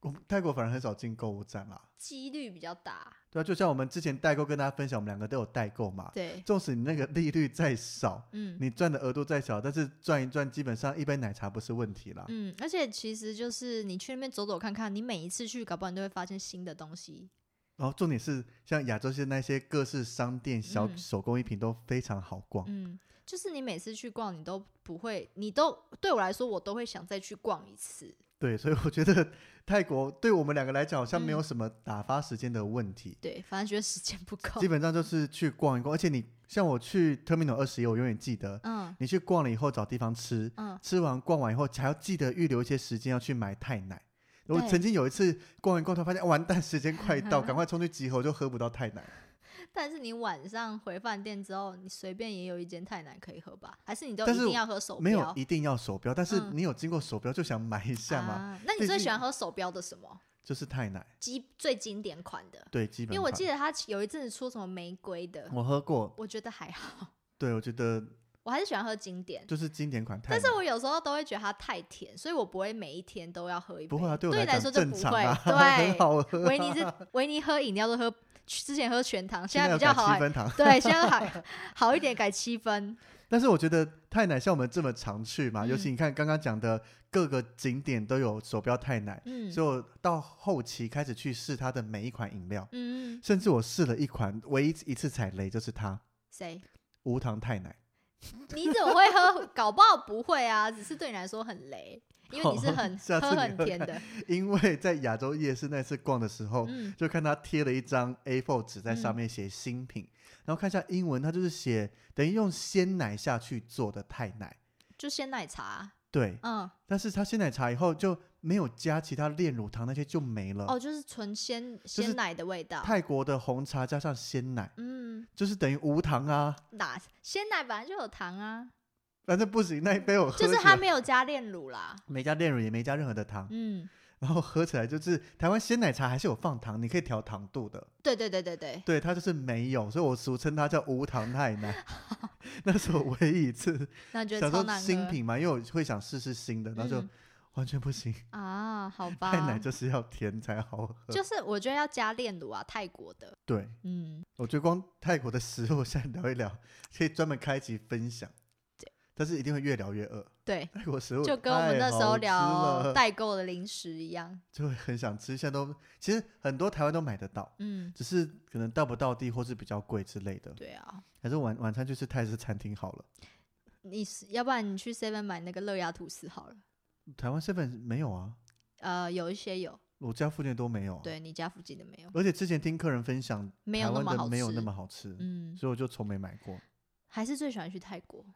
[SPEAKER 2] 我们泰国反而很少进购物站啦。
[SPEAKER 1] 几率比较大。
[SPEAKER 2] 对啊，就像我们之前代购跟大家分享，我们两个都有代购嘛。
[SPEAKER 1] 对，
[SPEAKER 2] 纵使你那个利率再少，
[SPEAKER 1] 嗯
[SPEAKER 2] 你赚的额度再小，但是赚一赚，基本上一杯奶茶不是问题啦。
[SPEAKER 1] 嗯，而且其实就是你去那边走走看看，你每一次去，搞不好你都会发现新的东西。
[SPEAKER 2] 然后重点是，像亚洲现在那些各式商店小、
[SPEAKER 1] 嗯
[SPEAKER 2] 手工艺品都非常好逛。
[SPEAKER 1] 嗯，就是你每次去逛，你都不会，你都对我来说，我都会想再去逛一次。
[SPEAKER 2] 对，所以我觉得泰国对我们两个来讲好像没
[SPEAKER 1] 嗯
[SPEAKER 2] 有什么打发时间的问题，
[SPEAKER 1] 对，反正觉得时间不够
[SPEAKER 2] 基。本上就是去逛一逛。而且你像我去 Terminal 二十一，我永远记得，
[SPEAKER 1] 嗯
[SPEAKER 2] 你去逛了以后找地方吃，
[SPEAKER 1] 嗯，
[SPEAKER 2] 吃完逛完以后还要记得预留一些时间要去买泰奶。我
[SPEAKER 1] 对
[SPEAKER 2] 曾经有一次逛一逛，突然发现完蛋，时间快 到，赶快冲去集合，我就喝不到泰奶。
[SPEAKER 1] 但是你晚上回饭店之后，你随便也有一间泰南可以喝吧？还是你都
[SPEAKER 2] 但
[SPEAKER 1] 一
[SPEAKER 2] 是
[SPEAKER 1] 定要喝手
[SPEAKER 2] 没有
[SPEAKER 1] 标？
[SPEAKER 2] 一定要手标，但是
[SPEAKER 1] 嗯
[SPEAKER 2] 你有经过手标就想买一下嘛，
[SPEAKER 1] 啊？那
[SPEAKER 2] 毕
[SPEAKER 1] 你最喜
[SPEAKER 2] 竟
[SPEAKER 1] 欢喝手标的什么？
[SPEAKER 2] 就是泰奶。
[SPEAKER 1] 基最经典款的？
[SPEAKER 2] 对，基
[SPEAKER 1] 因
[SPEAKER 2] 本
[SPEAKER 1] 为我记
[SPEAKER 2] 得
[SPEAKER 1] 得他有一阵子出什么玫瑰的，
[SPEAKER 2] 我喝过，
[SPEAKER 1] 我觉得还好，
[SPEAKER 2] 对我觉得
[SPEAKER 1] 我还是喜欢喝经典。
[SPEAKER 2] 就是经典款泰奶。
[SPEAKER 1] 但是我有时候都会觉得它太甜，所以我不会每一天都要喝一杯。
[SPEAKER 2] 不会啊，对我
[SPEAKER 1] 你来
[SPEAKER 2] 讲
[SPEAKER 1] 说就
[SPEAKER 2] 正
[SPEAKER 1] 不
[SPEAKER 2] 常
[SPEAKER 1] 会。
[SPEAKER 2] 啊， 很
[SPEAKER 1] 对，
[SPEAKER 2] 好喝、啊。
[SPEAKER 1] 维尼是维尼喝饮料都喝，之前喝全糖，现
[SPEAKER 2] 现
[SPEAKER 1] 在
[SPEAKER 2] 有
[SPEAKER 1] 比较
[SPEAKER 2] 改
[SPEAKER 1] 好
[SPEAKER 2] 七
[SPEAKER 1] 还。
[SPEAKER 2] 分糖，
[SPEAKER 1] 对，现 在还好一点，改七分。
[SPEAKER 2] 但是我觉得泰奶像我们这么常去嘛，尤
[SPEAKER 1] 嗯
[SPEAKER 2] 其你看刚刚讲的各个景点都有手标泰奶，
[SPEAKER 1] 嗯
[SPEAKER 2] 所以我到后期开始去试它的每一款饮料，
[SPEAKER 1] 嗯，嗯
[SPEAKER 2] 甚至我试了一款，唯一一次踩雷就是它
[SPEAKER 1] 谁？
[SPEAKER 2] 无糖泰奶。
[SPEAKER 1] 你怎么会喝？ 搞不好不会啊，只是对你来说很雷，因为你是很
[SPEAKER 2] 下次
[SPEAKER 1] 喝
[SPEAKER 2] 你
[SPEAKER 1] 很
[SPEAKER 2] 喝
[SPEAKER 1] 甜的。
[SPEAKER 2] 因为在亚洲夜市那次逛的时候，
[SPEAKER 1] 嗯
[SPEAKER 2] 就看他贴了一张 A4 纸在上
[SPEAKER 1] 嗯
[SPEAKER 2] 面写新品，然后看一下英文，它就是写等于用鲜奶下去做的泰奶，
[SPEAKER 1] 就鲜奶茶，
[SPEAKER 2] 对，
[SPEAKER 1] 嗯，
[SPEAKER 2] 但是它鲜奶茶以后就没有加其他炼乳糖那些就没了。
[SPEAKER 1] 哦，就是纯鲜
[SPEAKER 2] 是
[SPEAKER 1] 鲜奶的味道。
[SPEAKER 2] 泰国的红茶加上鲜奶，
[SPEAKER 1] 嗯，
[SPEAKER 2] 就是等于无糖啊，
[SPEAKER 1] 哪鲜奶本来就有糖啊，
[SPEAKER 2] 反正不行，那一杯我喝
[SPEAKER 1] 就是
[SPEAKER 2] 起
[SPEAKER 1] 它
[SPEAKER 2] 来
[SPEAKER 1] 没有加炼乳啦。
[SPEAKER 2] 没加炼乳，也没加任何的糖，
[SPEAKER 1] 嗯，
[SPEAKER 2] 然后喝起来就是台湾鲜奶茶还是有放糖，你可以调糖度的，
[SPEAKER 1] 对对对对对，
[SPEAKER 2] 对，它就是没有，所以我俗称它叫无糖泰 奶。那是我唯一一次
[SPEAKER 1] 那觉
[SPEAKER 2] 想
[SPEAKER 1] 得
[SPEAKER 2] 说
[SPEAKER 1] 超难喝。
[SPEAKER 2] 新品嘛，因为我会想试试新的，然后就
[SPEAKER 1] 嗯
[SPEAKER 2] 完全不行，
[SPEAKER 1] 啊，好 吧，
[SPEAKER 2] 泰奶就是要甜才好喝。
[SPEAKER 1] 就是我觉得要加炼乳啊，泰国的，
[SPEAKER 2] 对，
[SPEAKER 1] 嗯，
[SPEAKER 2] 我觉得光泰国的食物现在聊一聊， 可以专门开集分享。
[SPEAKER 1] 对，
[SPEAKER 2] 但是一定会越聊越饿。
[SPEAKER 1] 对，
[SPEAKER 2] 泰国食物
[SPEAKER 1] 就跟我们
[SPEAKER 2] 太
[SPEAKER 1] 那时候
[SPEAKER 2] 好吃
[SPEAKER 1] 聊
[SPEAKER 2] 了
[SPEAKER 1] 代购的零食一样，
[SPEAKER 2] 就会很想吃，现在都其实很多台湾都买得到，
[SPEAKER 1] 嗯，
[SPEAKER 2] 只是可能到不到地或是比较贵之类的。
[SPEAKER 1] 对啊，
[SPEAKER 2] 还是晚晚餐去吃泰式餐厅好了。
[SPEAKER 1] 你是要不然你去 Seven 买那个乐雅吐司好了，
[SPEAKER 2] 台湾 seven 没有啊，
[SPEAKER 1] 呃，有一些有，
[SPEAKER 2] 我家附近都没有、啊。，
[SPEAKER 1] 对你家附近的没有，
[SPEAKER 2] 而且之前听客人分享，
[SPEAKER 1] 没
[SPEAKER 2] 台
[SPEAKER 1] 有那
[SPEAKER 2] 湾
[SPEAKER 1] 么
[SPEAKER 2] 的
[SPEAKER 1] 好吃，
[SPEAKER 2] 没有那么好吃，
[SPEAKER 1] 嗯，
[SPEAKER 2] 所以我就从没买过。
[SPEAKER 1] 还是最喜欢去泰国，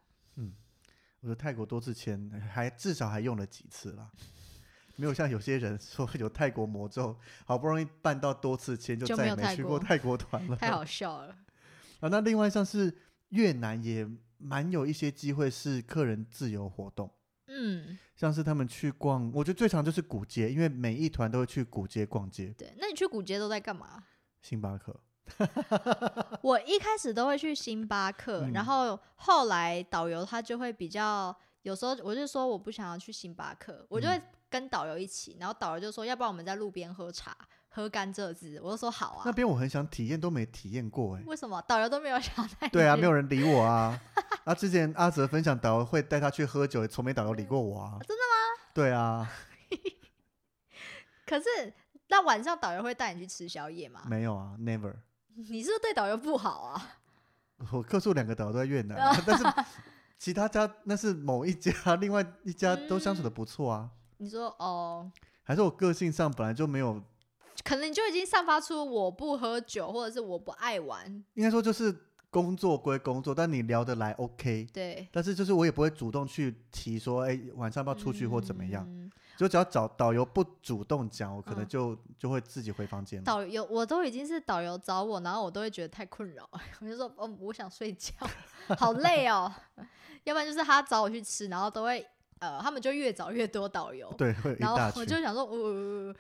[SPEAKER 2] 我的泰国多次签还至少还用了几次啦，没有像有些人说有泰国魔咒，好不容易办到多次签就
[SPEAKER 1] 就
[SPEAKER 2] 再
[SPEAKER 1] 没
[SPEAKER 2] 也
[SPEAKER 1] 有
[SPEAKER 2] 没
[SPEAKER 1] 泰
[SPEAKER 2] 去过
[SPEAKER 1] 国
[SPEAKER 2] 泰国团了。
[SPEAKER 1] 太好笑了，
[SPEAKER 2] 啊，那另外像是越南也蛮有一些机会是客人自由活动，
[SPEAKER 1] 嗯，
[SPEAKER 2] 像是他们去逛，我觉得最常就是古街，因为每一团都会去古街逛街，
[SPEAKER 1] 对，那你去古街都在干嘛？
[SPEAKER 2] 星巴克。
[SPEAKER 1] 我一开始都会去星巴克，
[SPEAKER 2] 嗯
[SPEAKER 1] 然后后来导游他就会比较，有时候我就说我
[SPEAKER 2] 嗯
[SPEAKER 1] 不想要去星巴克，我就会跟导游一起，然后导游就说要不然我们在路边喝茶，喝甘蔗汁，我就说好
[SPEAKER 2] 那
[SPEAKER 1] 啊。
[SPEAKER 2] 边我很想体验，都没体验过哎、
[SPEAKER 1] 为什么导游都没有想带你
[SPEAKER 2] 对啊，
[SPEAKER 1] 去
[SPEAKER 2] 没有人理我 啊。啊，之前阿哲分享导游会带他去喝酒，从没导游理过我啊。
[SPEAKER 1] 真
[SPEAKER 2] 的吗？对啊，
[SPEAKER 1] 可是那晚上导游会带你去吃宵夜吗？
[SPEAKER 2] 没有啊，never。
[SPEAKER 1] 你是不是对导游不好啊？
[SPEAKER 2] 我客诉两个导游都在越南
[SPEAKER 1] 哦
[SPEAKER 2] 啊、但是其他家那是某一家，另外一家都相处的不错啊。
[SPEAKER 1] 你说哦，
[SPEAKER 2] 还是我个性上本来就没有，
[SPEAKER 1] 可能你就已经散发出我不喝酒，或者是我不爱玩，
[SPEAKER 2] 应该说就是工作归工作，但你聊得来 OK。
[SPEAKER 1] 对，
[SPEAKER 2] 但是就是我也不会主动去提说，哎、晚上要不要出去或怎么样。
[SPEAKER 1] 嗯
[SPEAKER 2] 就只要找导游不主动讲，我可能
[SPEAKER 1] 嗯
[SPEAKER 2] 就、就会自己回房间了。
[SPEAKER 1] 导游，我都已经是导游找我，然后我都会觉得太困扰， 我就说，哦，我想睡觉， 好累哦。 要不然就是他找我去吃，然后都会，呃，他们就越找越多导游，
[SPEAKER 2] 对，会有一
[SPEAKER 1] 然后
[SPEAKER 2] 大
[SPEAKER 1] 我
[SPEAKER 2] 群。
[SPEAKER 1] 就想说，我、呃，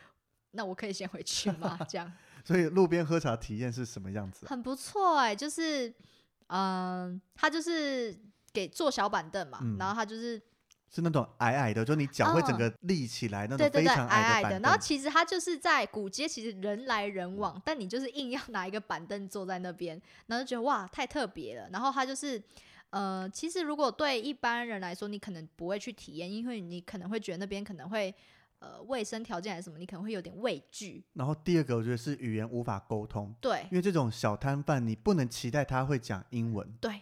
[SPEAKER 1] 那我可以先回去吗？ 这样
[SPEAKER 2] 所以路边喝茶体验是什么样子啊、
[SPEAKER 1] 很不错哎、就是，嗯、他就是给坐小板凳嘛，
[SPEAKER 2] 嗯
[SPEAKER 1] 然后他就是
[SPEAKER 2] 是那种矮矮的，就你脚会整
[SPEAKER 1] 嗯
[SPEAKER 2] 个立起来，那
[SPEAKER 1] 对
[SPEAKER 2] 种
[SPEAKER 1] 对
[SPEAKER 2] 非
[SPEAKER 1] 对，
[SPEAKER 2] 常
[SPEAKER 1] 矮
[SPEAKER 2] 的板
[SPEAKER 1] 的。
[SPEAKER 2] 凳。嗯
[SPEAKER 1] 然后其实它就是在古街，其实人来人往，但你就是硬要拿一个板凳坐在那边，然后就觉得哇，太特别了。然后它就是。呃，其实如果对一般人来说，你可能不会去体验，因为你可能会觉得那边可能会，呃，卫生条件还是什么，你可能会有点畏惧。
[SPEAKER 2] 然后第二个，我觉得是语言无法沟通，
[SPEAKER 1] 对
[SPEAKER 2] 因为这种小摊贩你不能期待他会讲英文。
[SPEAKER 1] 对，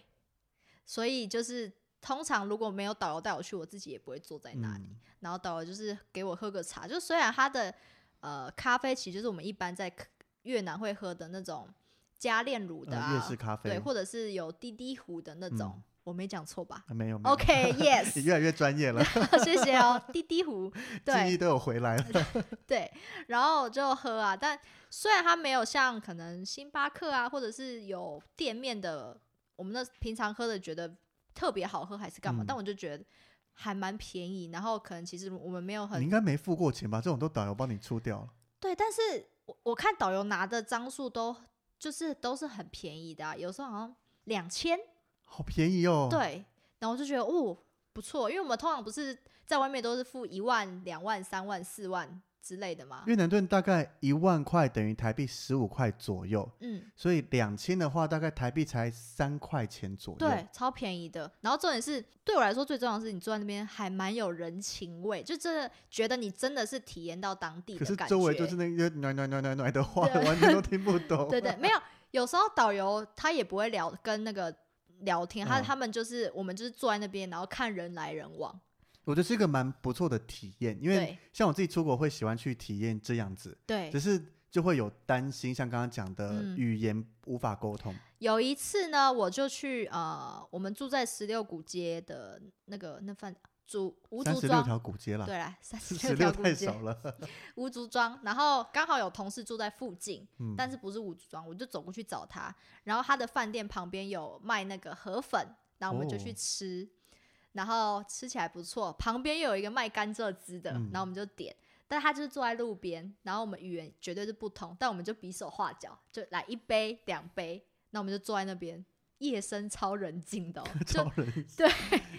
[SPEAKER 1] 所以就是通常如果没有导游带我去，我自己也不会坐在那里。
[SPEAKER 2] 嗯
[SPEAKER 1] 然后导游就是给我喝个茶，就虽然它的呃咖啡其实就是我们一般在客越南会喝的那种加炼乳的、啊
[SPEAKER 2] 呃，越式咖啡。
[SPEAKER 1] 对，或者是有滴滴壶的那种，
[SPEAKER 2] 嗯
[SPEAKER 1] 我没讲错吧
[SPEAKER 2] 啊没有没有。你
[SPEAKER 1] ？OK，Yes，
[SPEAKER 2] 越来越专业了，
[SPEAKER 1] 谢谢哦，滴滴壶，
[SPEAKER 2] 记忆
[SPEAKER 1] 对
[SPEAKER 2] 都有回来了。
[SPEAKER 1] 对，然后就喝啊，但虽然它没有像可能星巴克啊，或者是有店面的，我们那平常喝的觉得特别好喝还是干嘛，
[SPEAKER 2] 嗯
[SPEAKER 1] 但我就觉得还蛮便宜，然后可能其实我们没有 很
[SPEAKER 2] 你应该没付过钱吧？这种都导游帮你出掉了。
[SPEAKER 1] 对，但是我我看导游拿的张数都就是都是很便宜的啊、有时候好像两千，
[SPEAKER 2] 好便宜哦！，
[SPEAKER 1] 对，啊然后我就觉得哦不错，因为我们通常不是在外面都是付一万、两万、三万、四万之类的嘛，
[SPEAKER 2] 越南盾大概一万块等于台币十五块左右，
[SPEAKER 1] 嗯，
[SPEAKER 2] 所以两千的话大概台币才三块钱左右。
[SPEAKER 1] 对，超便宜的。然后重点是对我来说最重要的是，你坐在那边还蛮有人情味，就真的觉得你真的是体验到当地
[SPEAKER 2] 可是
[SPEAKER 1] 的感觉。
[SPEAKER 2] 周围就是那些暖暖暖暖暖的话，
[SPEAKER 1] 对
[SPEAKER 2] 完全都听不懂。
[SPEAKER 1] 对对，没有，有时候导游他也不会聊跟那个聊天，他
[SPEAKER 2] 嗯
[SPEAKER 1] 他们就是我们就是坐在那边，然后看人来人往。
[SPEAKER 2] 我觉得是一个蛮不错的体验，因为
[SPEAKER 1] 对
[SPEAKER 2] 像我自己出国会喜欢去体验这样子，
[SPEAKER 1] 对
[SPEAKER 2] 只，是就会有担心，像刚刚讲的
[SPEAKER 1] 嗯
[SPEAKER 2] 语言无法沟通。
[SPEAKER 1] 有一次呢，我就去呃，我们住在十六古街的那个那份竹吴
[SPEAKER 2] 三
[SPEAKER 1] 竹
[SPEAKER 2] 十六
[SPEAKER 1] 庄，
[SPEAKER 2] 条古街啦，
[SPEAKER 1] 对 啦，三十
[SPEAKER 2] 十
[SPEAKER 1] 六
[SPEAKER 2] 六
[SPEAKER 1] 条古
[SPEAKER 2] 太
[SPEAKER 1] 街
[SPEAKER 2] 少了。
[SPEAKER 1] 吴竹庄，然后刚好有同事住在附近，
[SPEAKER 2] 嗯，
[SPEAKER 1] 但是不是五竹庄，我就走过去找他。然后他的饭店旁边有卖那个河粉，然后我们就去
[SPEAKER 2] 哦
[SPEAKER 1] 吃，然后吃起来不错。旁边又有一个卖甘蔗汁的，
[SPEAKER 2] 嗯
[SPEAKER 1] 然后我们就点。但他就是坐在路边，然后我们语言绝对是不同，但我们就比手画脚，就来一杯两杯，那我们就坐在那边。夜深超人 静的、哦，就
[SPEAKER 2] 超人
[SPEAKER 1] 对，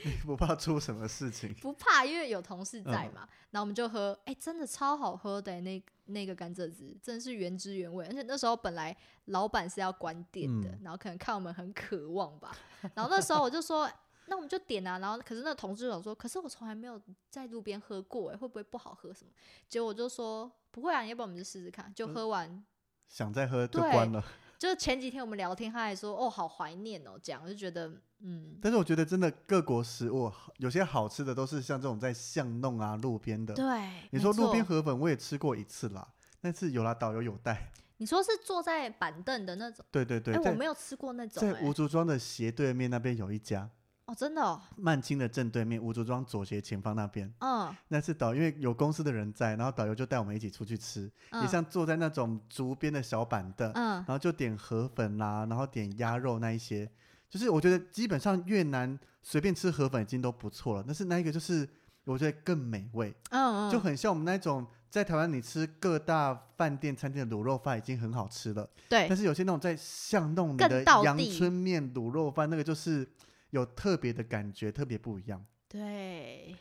[SPEAKER 2] 你不怕出什么事情？
[SPEAKER 1] 不怕，因为有同事在
[SPEAKER 2] 嗯
[SPEAKER 1] 嘛。然后我们就喝，哎、真的超好喝的、那那个甘蔗汁，真的是原汁原味。而且那时候本来老板是要关店的，
[SPEAKER 2] 嗯
[SPEAKER 1] 然后可能看我们很渴望吧。 然后那时候我就说，那我们就点啊。然后可是那个同事有说，可是我从来没有在路边喝过、哎，会不会不好喝什么？结果我就说不会啊，要不然我们就试试看。就
[SPEAKER 2] 嗯
[SPEAKER 1] 喝完，
[SPEAKER 2] 想再喝就
[SPEAKER 1] 对
[SPEAKER 2] 关了。
[SPEAKER 1] 就是前几天我们聊天，他还说哦，好怀念哦，这样我就觉得嗯。
[SPEAKER 2] 但是我觉得真的各国食物有些好吃的都是像这种在巷弄啊、路边的。
[SPEAKER 1] 对，
[SPEAKER 2] 你
[SPEAKER 1] 没
[SPEAKER 2] 说路边
[SPEAKER 1] 错
[SPEAKER 2] 河粉我也吃过一次啦，那次有啦，导游有带。
[SPEAKER 1] 你说是坐在板凳的那种，
[SPEAKER 2] 对对对，
[SPEAKER 1] 哎、我
[SPEAKER 2] 在
[SPEAKER 1] 没有吃过那种、
[SPEAKER 2] 在
[SPEAKER 1] 哎
[SPEAKER 2] 吴竹庄的斜对面那边有一家，
[SPEAKER 1] 哦，真的、哦，
[SPEAKER 2] 曼青的正对面，吴竹庄左斜前方那边。
[SPEAKER 1] 嗯，
[SPEAKER 2] 那次导因为有公司的人在，然后导游就带我们一起出去吃，
[SPEAKER 1] 嗯
[SPEAKER 2] 也像坐在那种竹编的小板凳，
[SPEAKER 1] 嗯
[SPEAKER 2] 然，后就点河粉啦，然后点鸭肉那一些，就是我觉得基本上越南随便吃河粉已经都不错了，但是那一个就是我觉得更美味，
[SPEAKER 1] 嗯嗯，
[SPEAKER 2] 就很像我们那种在台湾你吃各大饭店餐厅的卤肉饭已经很好吃了，
[SPEAKER 1] 对
[SPEAKER 2] 但是有些那种在巷弄里
[SPEAKER 1] 更
[SPEAKER 2] 的
[SPEAKER 1] 道
[SPEAKER 2] 阳
[SPEAKER 1] 地
[SPEAKER 2] 春面卤肉饭，那个就是有特别的感觉，特别不一样。
[SPEAKER 1] 对，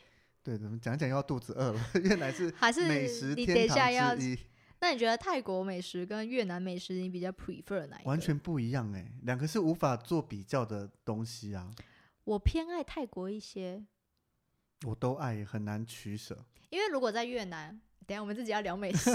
[SPEAKER 2] 对，怎么讲一讲又要肚子饿了？越南是
[SPEAKER 1] 还是
[SPEAKER 2] 美食
[SPEAKER 1] 你
[SPEAKER 2] 天
[SPEAKER 1] 等一下
[SPEAKER 2] 堂
[SPEAKER 1] 要
[SPEAKER 2] 之一。
[SPEAKER 1] 那你觉得泰国美食跟越南美食，你比较 prefer 哪一个？
[SPEAKER 2] 完，全不一样哎、两个是无法做比较的东西啊，
[SPEAKER 1] 我偏爱泰国一些，
[SPEAKER 2] 我都爱，很难取舍。
[SPEAKER 1] 因为如果在越南，等一下我们自己要聊美食。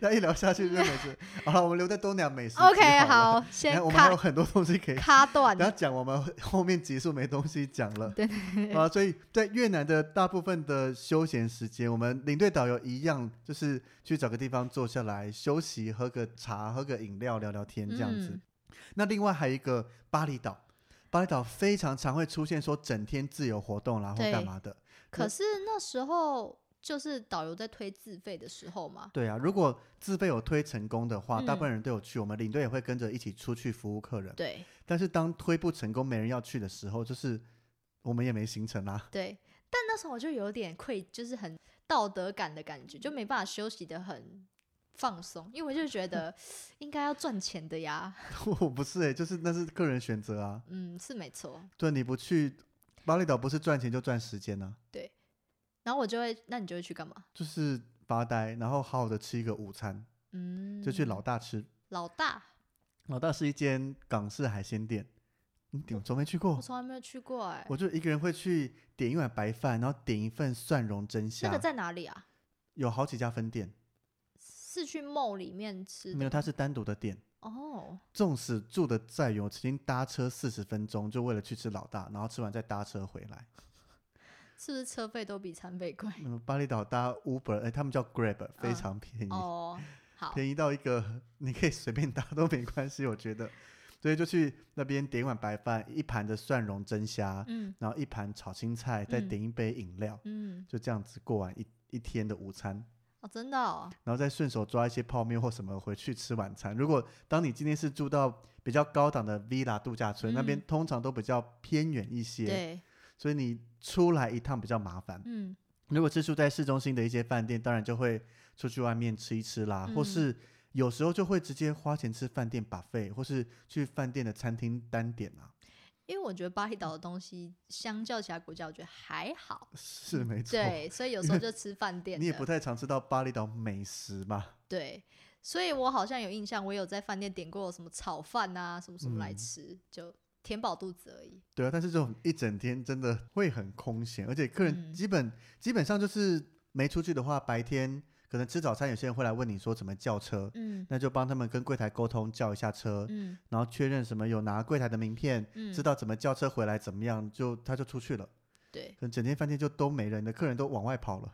[SPEAKER 2] 那一聊下去就美食，好了，我们留在东南亚美食集
[SPEAKER 1] OK，
[SPEAKER 2] 好了，
[SPEAKER 1] 好，
[SPEAKER 2] 等一
[SPEAKER 1] 先
[SPEAKER 2] 下我们还有
[SPEAKER 1] 卡
[SPEAKER 2] 很多东西可以
[SPEAKER 1] 卡断。
[SPEAKER 2] 然后讲我们后 面结束没东西讲了，
[SPEAKER 1] 对
[SPEAKER 2] 啊，所以在越南的大部分的休闲时间，我们领队导游一样，就是去找个地方坐下来休息，喝个茶，喝个饮料，聊聊天这样子。
[SPEAKER 1] 嗯
[SPEAKER 2] 那另外还有一个巴厘岛，巴厘岛非常常会出现说整天自由活动啦或
[SPEAKER 1] 对
[SPEAKER 2] 干嘛的。
[SPEAKER 1] 可是那时候就是导游在推自费的时候嘛，
[SPEAKER 2] 对啊，如果自费有推成功的话，大部
[SPEAKER 1] 嗯
[SPEAKER 2] 分人都有去，我们领队也会跟着一起出去服务客人。
[SPEAKER 1] 对
[SPEAKER 2] 但是当推不成功，没人要去的时候，就是我们也没行程啦、
[SPEAKER 1] 对。但那时候我就有点愧，就是很道德感的感觉，就没办法休息的很放松，因为我 就觉得应该要赚钱的呀。
[SPEAKER 2] 我不是哎、就是那是个人选择啊。
[SPEAKER 1] 嗯，是没错。
[SPEAKER 2] 对，你不去巴厘岛不是赚钱就赚时间呢、
[SPEAKER 1] 然后我就会，那你就会去干嘛？
[SPEAKER 2] 就是发呆，然后好好的吃一个午餐，
[SPEAKER 1] 嗯，
[SPEAKER 2] 就去老大吃。
[SPEAKER 1] 老大，
[SPEAKER 2] 老大是一间港式海鲜店，你我从没去
[SPEAKER 1] 我
[SPEAKER 2] 过，
[SPEAKER 1] 从来没有去过哎、
[SPEAKER 2] 我就一个人会去点一碗白饭，然后点一份蒜蓉蒸
[SPEAKER 1] 那
[SPEAKER 2] 虾
[SPEAKER 1] 个。在哪里啊？
[SPEAKER 2] 有好几家分店，
[SPEAKER 1] 是去 mall 里面吃的吗？
[SPEAKER 2] 没有，它是单独的店。
[SPEAKER 1] 哦，
[SPEAKER 2] 纵使住的再远，我曾经搭车四十分钟，就为了去吃老大，然后吃完再搭车回来。
[SPEAKER 1] 是不是车费都比餐费贵？
[SPEAKER 2] 那么巴厘岛搭 Uber，哎、他们叫 Grab，非
[SPEAKER 1] 嗯
[SPEAKER 2] 常便宜。
[SPEAKER 1] 哦，好，
[SPEAKER 2] 便宜到一个你可以随便搭都没关系，我觉得。所以就去那边点一碗白饭，一盘的蒜蓉蒸虾，
[SPEAKER 1] 嗯
[SPEAKER 2] 然后一盘炒青菜，再
[SPEAKER 1] 嗯
[SPEAKER 2] 点一杯饮料，
[SPEAKER 1] 嗯，
[SPEAKER 2] 就这样子过完一一天的午餐，
[SPEAKER 1] 哦，真的哦，
[SPEAKER 2] 然后再顺手抓一些泡面或什么回去吃晚餐。如果当你今天是住到比较高档的 villa 度假村，那边
[SPEAKER 1] 嗯
[SPEAKER 2] 通常都比较偏远一些，
[SPEAKER 1] 对，
[SPEAKER 2] 所以你出来一趟比较麻烦。
[SPEAKER 1] 嗯
[SPEAKER 2] 如果是住在市中心的一些饭店，当然就会出去外面吃一吃啦，或
[SPEAKER 1] 嗯
[SPEAKER 2] 是有时候就会直接花钱吃饭店 buffet，或是去饭店的餐厅单点啊，
[SPEAKER 1] 嗯因为我觉得巴厘岛的东西相较其他国家，我觉得还好，
[SPEAKER 2] 是没 错。
[SPEAKER 1] 对，所以有时候就吃 饭店
[SPEAKER 2] 你也不
[SPEAKER 1] 的，
[SPEAKER 2] 太常吃到巴厘岛美食吧？
[SPEAKER 1] 对，所以我好像有印象，我有在饭店点过什么炒饭啊，什么什么来
[SPEAKER 2] 嗯
[SPEAKER 1] 吃，就填饱肚子而已。
[SPEAKER 2] 对啊，但是这种一整天真的会很空闲，而且客人
[SPEAKER 1] 嗯
[SPEAKER 2] 基本、基本上就是没出去的话，白天可能吃早餐，有些人会来问你说怎么叫车，
[SPEAKER 1] 嗯
[SPEAKER 2] 那就帮他们跟柜台沟通叫一下车，
[SPEAKER 1] 嗯
[SPEAKER 2] 然后确认什么有拿柜台的名片，
[SPEAKER 1] 嗯，
[SPEAKER 2] 知道怎么叫车回来怎么样，就他就出去了。
[SPEAKER 1] 对，
[SPEAKER 2] 可能整间饭店就都没人的，客人都往外跑了。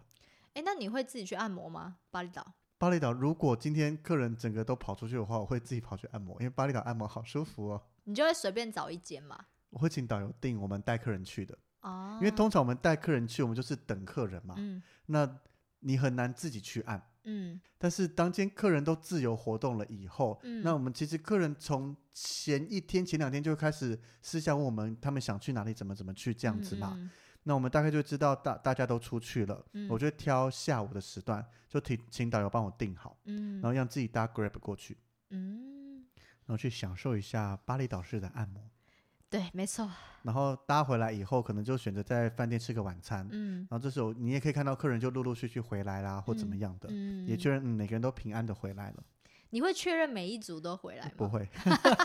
[SPEAKER 1] 哎，那你会自己去按摩吗？巴厘岛？
[SPEAKER 2] 巴厘岛如果今天客人整个都跑出去的话，我会自己跑去按摩，因为巴厘岛按摩好舒服哦。
[SPEAKER 1] 你就会随便找一间嘛？
[SPEAKER 2] 我会请导游订我们带客人去的，
[SPEAKER 1] 哦，
[SPEAKER 2] 因为通常我们带客人去，我们就是等客人嘛。
[SPEAKER 1] 嗯
[SPEAKER 2] 那你很难自己去按，
[SPEAKER 1] 嗯
[SPEAKER 2] 但是当天客人都自由活动了以后，
[SPEAKER 1] 嗯
[SPEAKER 2] 那我们其实客人从前一天、前两天就会开始私下问我们他们想去哪里、怎么怎么去这样子嘛。，
[SPEAKER 1] 嗯
[SPEAKER 2] 那我们大概就知道大大家都出去了，
[SPEAKER 1] 嗯
[SPEAKER 2] 我就挑下午的时段，就请请导游帮我订好，
[SPEAKER 1] 嗯
[SPEAKER 2] 然后让自己搭 Grab 过去，
[SPEAKER 1] 嗯，
[SPEAKER 2] 然后去享受一下巴厘岛式的按摩，
[SPEAKER 1] 对，没错，
[SPEAKER 2] 然后搭回来以后，可能就选择在饭店吃个晚餐，
[SPEAKER 1] 嗯
[SPEAKER 2] 然后这时候你也可以看到客人就陆陆续续回来啦，或怎么样的，
[SPEAKER 1] 嗯，
[SPEAKER 2] 也确认、嗯每个人都平安的回来了，
[SPEAKER 1] 你会确认每一组都回来吗？
[SPEAKER 2] 不，会，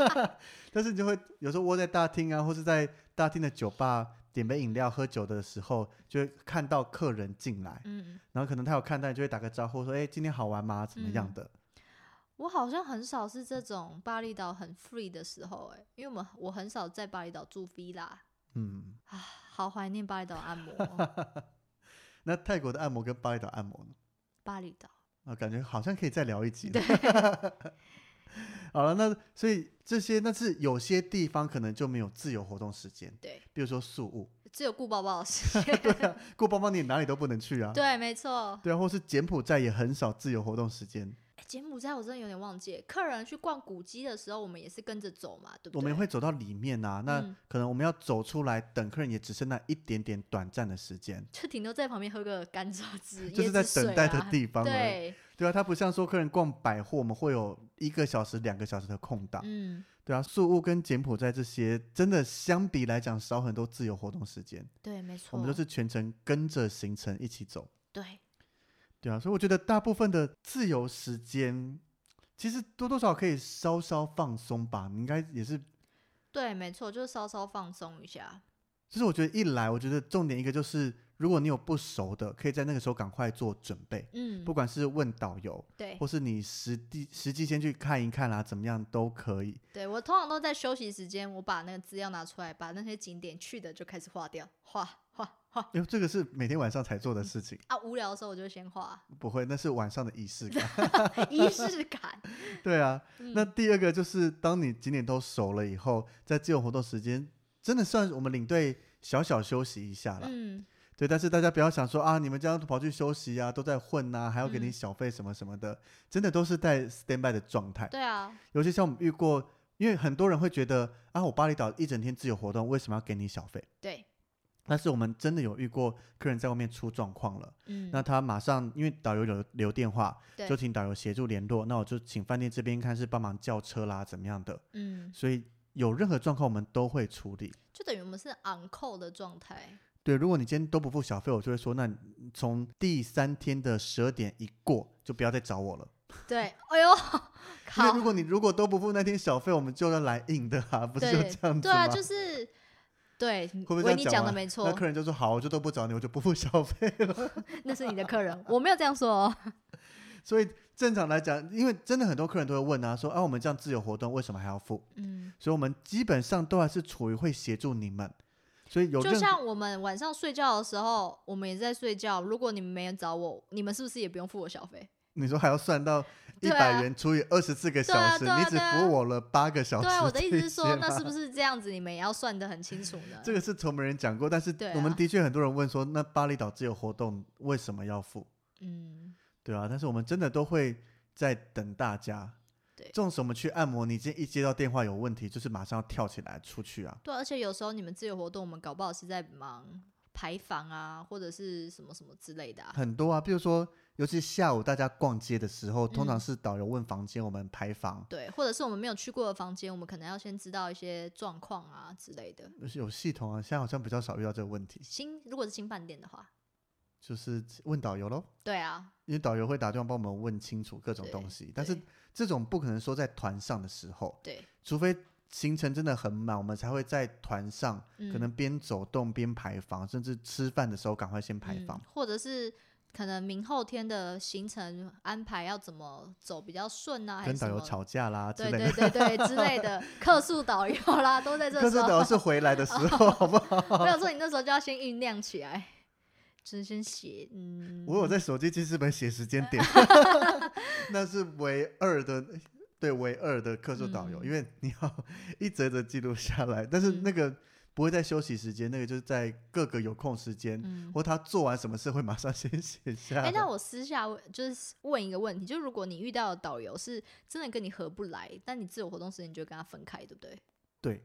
[SPEAKER 2] 但是你就会有时候窝在大厅啊，或是在大厅的酒吧点杯饮料喝酒的时候，就会看到客人进来。
[SPEAKER 1] 嗯，
[SPEAKER 2] 然后可能他有看到你就会打个招呼说：“哎、今天好玩吗？怎么样
[SPEAKER 1] 嗯
[SPEAKER 2] 的
[SPEAKER 1] 我好像很少是这种巴厘岛很 free 的时候、欸，因为我们我很少在巴厘岛住 villa 啊？”
[SPEAKER 2] 嗯，，
[SPEAKER 1] 好怀念巴厘岛按摩哦，
[SPEAKER 2] 那泰国的按摩跟巴厘岛按摩呢？
[SPEAKER 1] 巴厘岛，
[SPEAKER 2] 啊，感觉好像可以再聊一集。 好了，那所以这些，但是有些地方可能就没有自由活动时间，
[SPEAKER 1] 对，
[SPEAKER 2] 比如说宿务，
[SPEAKER 1] 只有顾宝宝的时间，
[SPEAKER 2] 对啊，过邦邦你哪里都不能去啊，
[SPEAKER 1] 对，没错。
[SPEAKER 2] 对啊，或是柬埔寨也很少自由活动时间，
[SPEAKER 1] 欸柬埔寨我真的有点忘记了，客人去逛古迹的时候，我们也是跟着走嘛，对不对？
[SPEAKER 2] 我们也会走到里面啊，那
[SPEAKER 1] 嗯
[SPEAKER 2] 可能我们要走出来等客人也只剩那一点点短暂的时间，
[SPEAKER 1] 就顶多在旁边喝个甘蔗 汁，
[SPEAKER 2] 就是
[SPEAKER 1] 椰
[SPEAKER 2] 在
[SPEAKER 1] 子
[SPEAKER 2] 等
[SPEAKER 1] 水
[SPEAKER 2] 待的
[SPEAKER 1] 啊
[SPEAKER 2] 地方而已。
[SPEAKER 1] 对，
[SPEAKER 2] 对啊，它不像说客人逛百货，我们会有一个小时、两个小时的空档。
[SPEAKER 1] 嗯，
[SPEAKER 2] 对啊，宿务跟柬埔寨这些真的相比来讲少很多自由活动时间，
[SPEAKER 1] 对，没
[SPEAKER 2] 我
[SPEAKER 1] 错，
[SPEAKER 2] 们都是全程跟着行程一起走。
[SPEAKER 1] 对，
[SPEAKER 2] 对啊，所以我觉得大部分的自由时间，其实多多少少可以稍稍放松吧。你应该也是，
[SPEAKER 1] 对，没错，就是稍稍放松一下。
[SPEAKER 2] 就是我觉得一来，我觉得重点一个就是，如果你有不熟的，可以在那个时候赶快做准备，
[SPEAKER 1] 嗯哎
[SPEAKER 2] 不，管是问导游，
[SPEAKER 1] 对
[SPEAKER 2] 或是你实地实际先去看一看啦、怎么样都可以。
[SPEAKER 1] 对，我通常都在休息时间，我把那个资料拿出来，把那些景点去的就开始划掉，划划划。
[SPEAKER 2] 因为这个是每天晚上才做的事情，
[SPEAKER 1] 啊，无聊的时候我就先画
[SPEAKER 2] 不会，那是晚上的仪式 感。
[SPEAKER 1] 仪式 感。
[SPEAKER 2] 对啊，
[SPEAKER 1] 嗯
[SPEAKER 2] 那第二个就是，当你景点都熟了以后，在自由活动时间，真的算我们领队小小休息一下啦。
[SPEAKER 1] 嗯，
[SPEAKER 2] 对，但是大家不要想说啊，你们这样跑去休息啊，都在混呐、还要给你
[SPEAKER 1] 嗯
[SPEAKER 2] 小费什么什么的，真的都是在 stand by 的状态。
[SPEAKER 1] 对啊，
[SPEAKER 2] 尤其像我们遇过，因为很多人会觉得啊，我巴厘岛一整天自由活动，为什么要给你小费？
[SPEAKER 1] 对，
[SPEAKER 2] 但是我们真的有遇过客人在外面出状况了，
[SPEAKER 1] 嗯，
[SPEAKER 2] 那他马上因为导游留留电话，
[SPEAKER 1] 对
[SPEAKER 2] 就请导游协助联络，那我就请饭店这边看是帮忙叫车啦怎么样的，
[SPEAKER 1] 嗯，
[SPEAKER 2] 所以有任何状况我们都会处理。
[SPEAKER 1] 就等于我们是 on call 的状 态。
[SPEAKER 2] 对，如果你今天都不付小费，我就会说，那你从第三天的十二点一过，就不要再找我了。
[SPEAKER 1] 对，哎
[SPEAKER 2] 因
[SPEAKER 1] 呦，
[SPEAKER 2] 为
[SPEAKER 1] 好
[SPEAKER 2] 如，果你如果都不付那天小费，我们就要来硬的啊，不是就
[SPEAKER 1] 对
[SPEAKER 2] 这样子
[SPEAKER 1] 对
[SPEAKER 2] 吗？
[SPEAKER 1] 啊，就是对，
[SPEAKER 2] 会不会这
[SPEAKER 1] 维
[SPEAKER 2] 样
[SPEAKER 1] 尼
[SPEAKER 2] 讲
[SPEAKER 1] 讲的
[SPEAKER 2] 啊
[SPEAKER 1] 没
[SPEAKER 2] 那
[SPEAKER 1] 错，
[SPEAKER 2] 客人就说好，我就都不找你，我就不付小费了。
[SPEAKER 1] 那是你的客人，我没有这样 说哦。
[SPEAKER 2] 所以正常来讲，因为真的很多客人都会问啊，说啊，我们这样自由活动为什么还要付？
[SPEAKER 1] 嗯，
[SPEAKER 2] 所以我们基本上都还是处于会协助你们。所以有
[SPEAKER 1] 就
[SPEAKER 2] 任何
[SPEAKER 1] 像我们晚上睡觉的时候，我们也在睡觉。如果你们没人找我，你们是不是也不用付我小费？
[SPEAKER 2] 你说还要算到一
[SPEAKER 1] 对啊
[SPEAKER 2] 百元除以二十四个小
[SPEAKER 1] 对啊
[SPEAKER 2] 时，
[SPEAKER 1] 对啊
[SPEAKER 2] 你只
[SPEAKER 1] 对啊
[SPEAKER 2] 服务我了八个小时。
[SPEAKER 1] 对啊，我的意思是说，那是
[SPEAKER 2] 是？
[SPEAKER 1] 不是这样子？你们也要算得很清楚 呢？
[SPEAKER 2] 啊这个是从没人讲过，但是
[SPEAKER 1] 对啊
[SPEAKER 2] 我们的确很多人问说，那巴厘岛自由活动为什么要付？
[SPEAKER 1] 嗯，
[SPEAKER 2] 对啊，但是我们真的都会在等大家。
[SPEAKER 1] 对
[SPEAKER 2] 纵使我们去按摩，你今天一接到电话有问题，就是马上要跳起来出去啊。
[SPEAKER 1] 对啊，而且有时候你们自由活动，我们搞不好是在忙排房啊，或者是什么什么之类的、啊。
[SPEAKER 2] 很多啊，比如说，尤其下午大家逛街的时候，通常
[SPEAKER 1] 嗯
[SPEAKER 2] 是导游问房间，我们排房，
[SPEAKER 1] 对，或者是我们没有去过的房间，我们可能要先知道一些状况啊之类的。
[SPEAKER 2] 就是有系统啊。现在好像比较少遇到这个问题，
[SPEAKER 1] 新如果是新饭店的话，
[SPEAKER 2] 就是问导游喽，
[SPEAKER 1] 对啊，
[SPEAKER 2] 因为导游会打电话帮我们问清楚各种
[SPEAKER 1] 对
[SPEAKER 2] 东西。但是
[SPEAKER 1] 对
[SPEAKER 2] 这种不可能说在团上的时候，
[SPEAKER 1] 对，
[SPEAKER 2] 除非行程真的很满，我们才会在团上
[SPEAKER 1] 嗯、
[SPEAKER 2] 可能边走动边排房，甚至吃饭的时候赶快先排房
[SPEAKER 1] 嗯。，或者是可能明后天的行程安排要怎么走比较顺啊，还
[SPEAKER 2] 跟
[SPEAKER 1] 是
[SPEAKER 2] 导
[SPEAKER 1] 什
[SPEAKER 2] 游
[SPEAKER 1] 么？
[SPEAKER 2] 吵架啦之
[SPEAKER 1] 对
[SPEAKER 2] 类
[SPEAKER 1] 对
[SPEAKER 2] 的。
[SPEAKER 1] 对对之类的， 客诉导游啦，都在这
[SPEAKER 2] 可是
[SPEAKER 1] 时
[SPEAKER 2] 导游
[SPEAKER 1] 候。哦
[SPEAKER 2] 是回来 的时候，好不好？
[SPEAKER 1] 没 有说你那时候就要先酝酿起来，就是先写，嗯，
[SPEAKER 2] 我有在手机记事本写时间 点，那是唯二的，对唯二的客诉导游，
[SPEAKER 1] 嗯
[SPEAKER 2] 因为你要 一则一则记录下来，但是
[SPEAKER 1] 嗯
[SPEAKER 2] 那个不会在休息时间，那个就是在各个有空时间，
[SPEAKER 1] 嗯，
[SPEAKER 2] 或他做完什么事会马上先写下
[SPEAKER 1] 哎、
[SPEAKER 2] 来。
[SPEAKER 1] 那我私下问，就是问一个问题，就如果你遇到的导游是真的跟你合不来，但你自由活动时间你就跟他分开，对不对？
[SPEAKER 2] 对，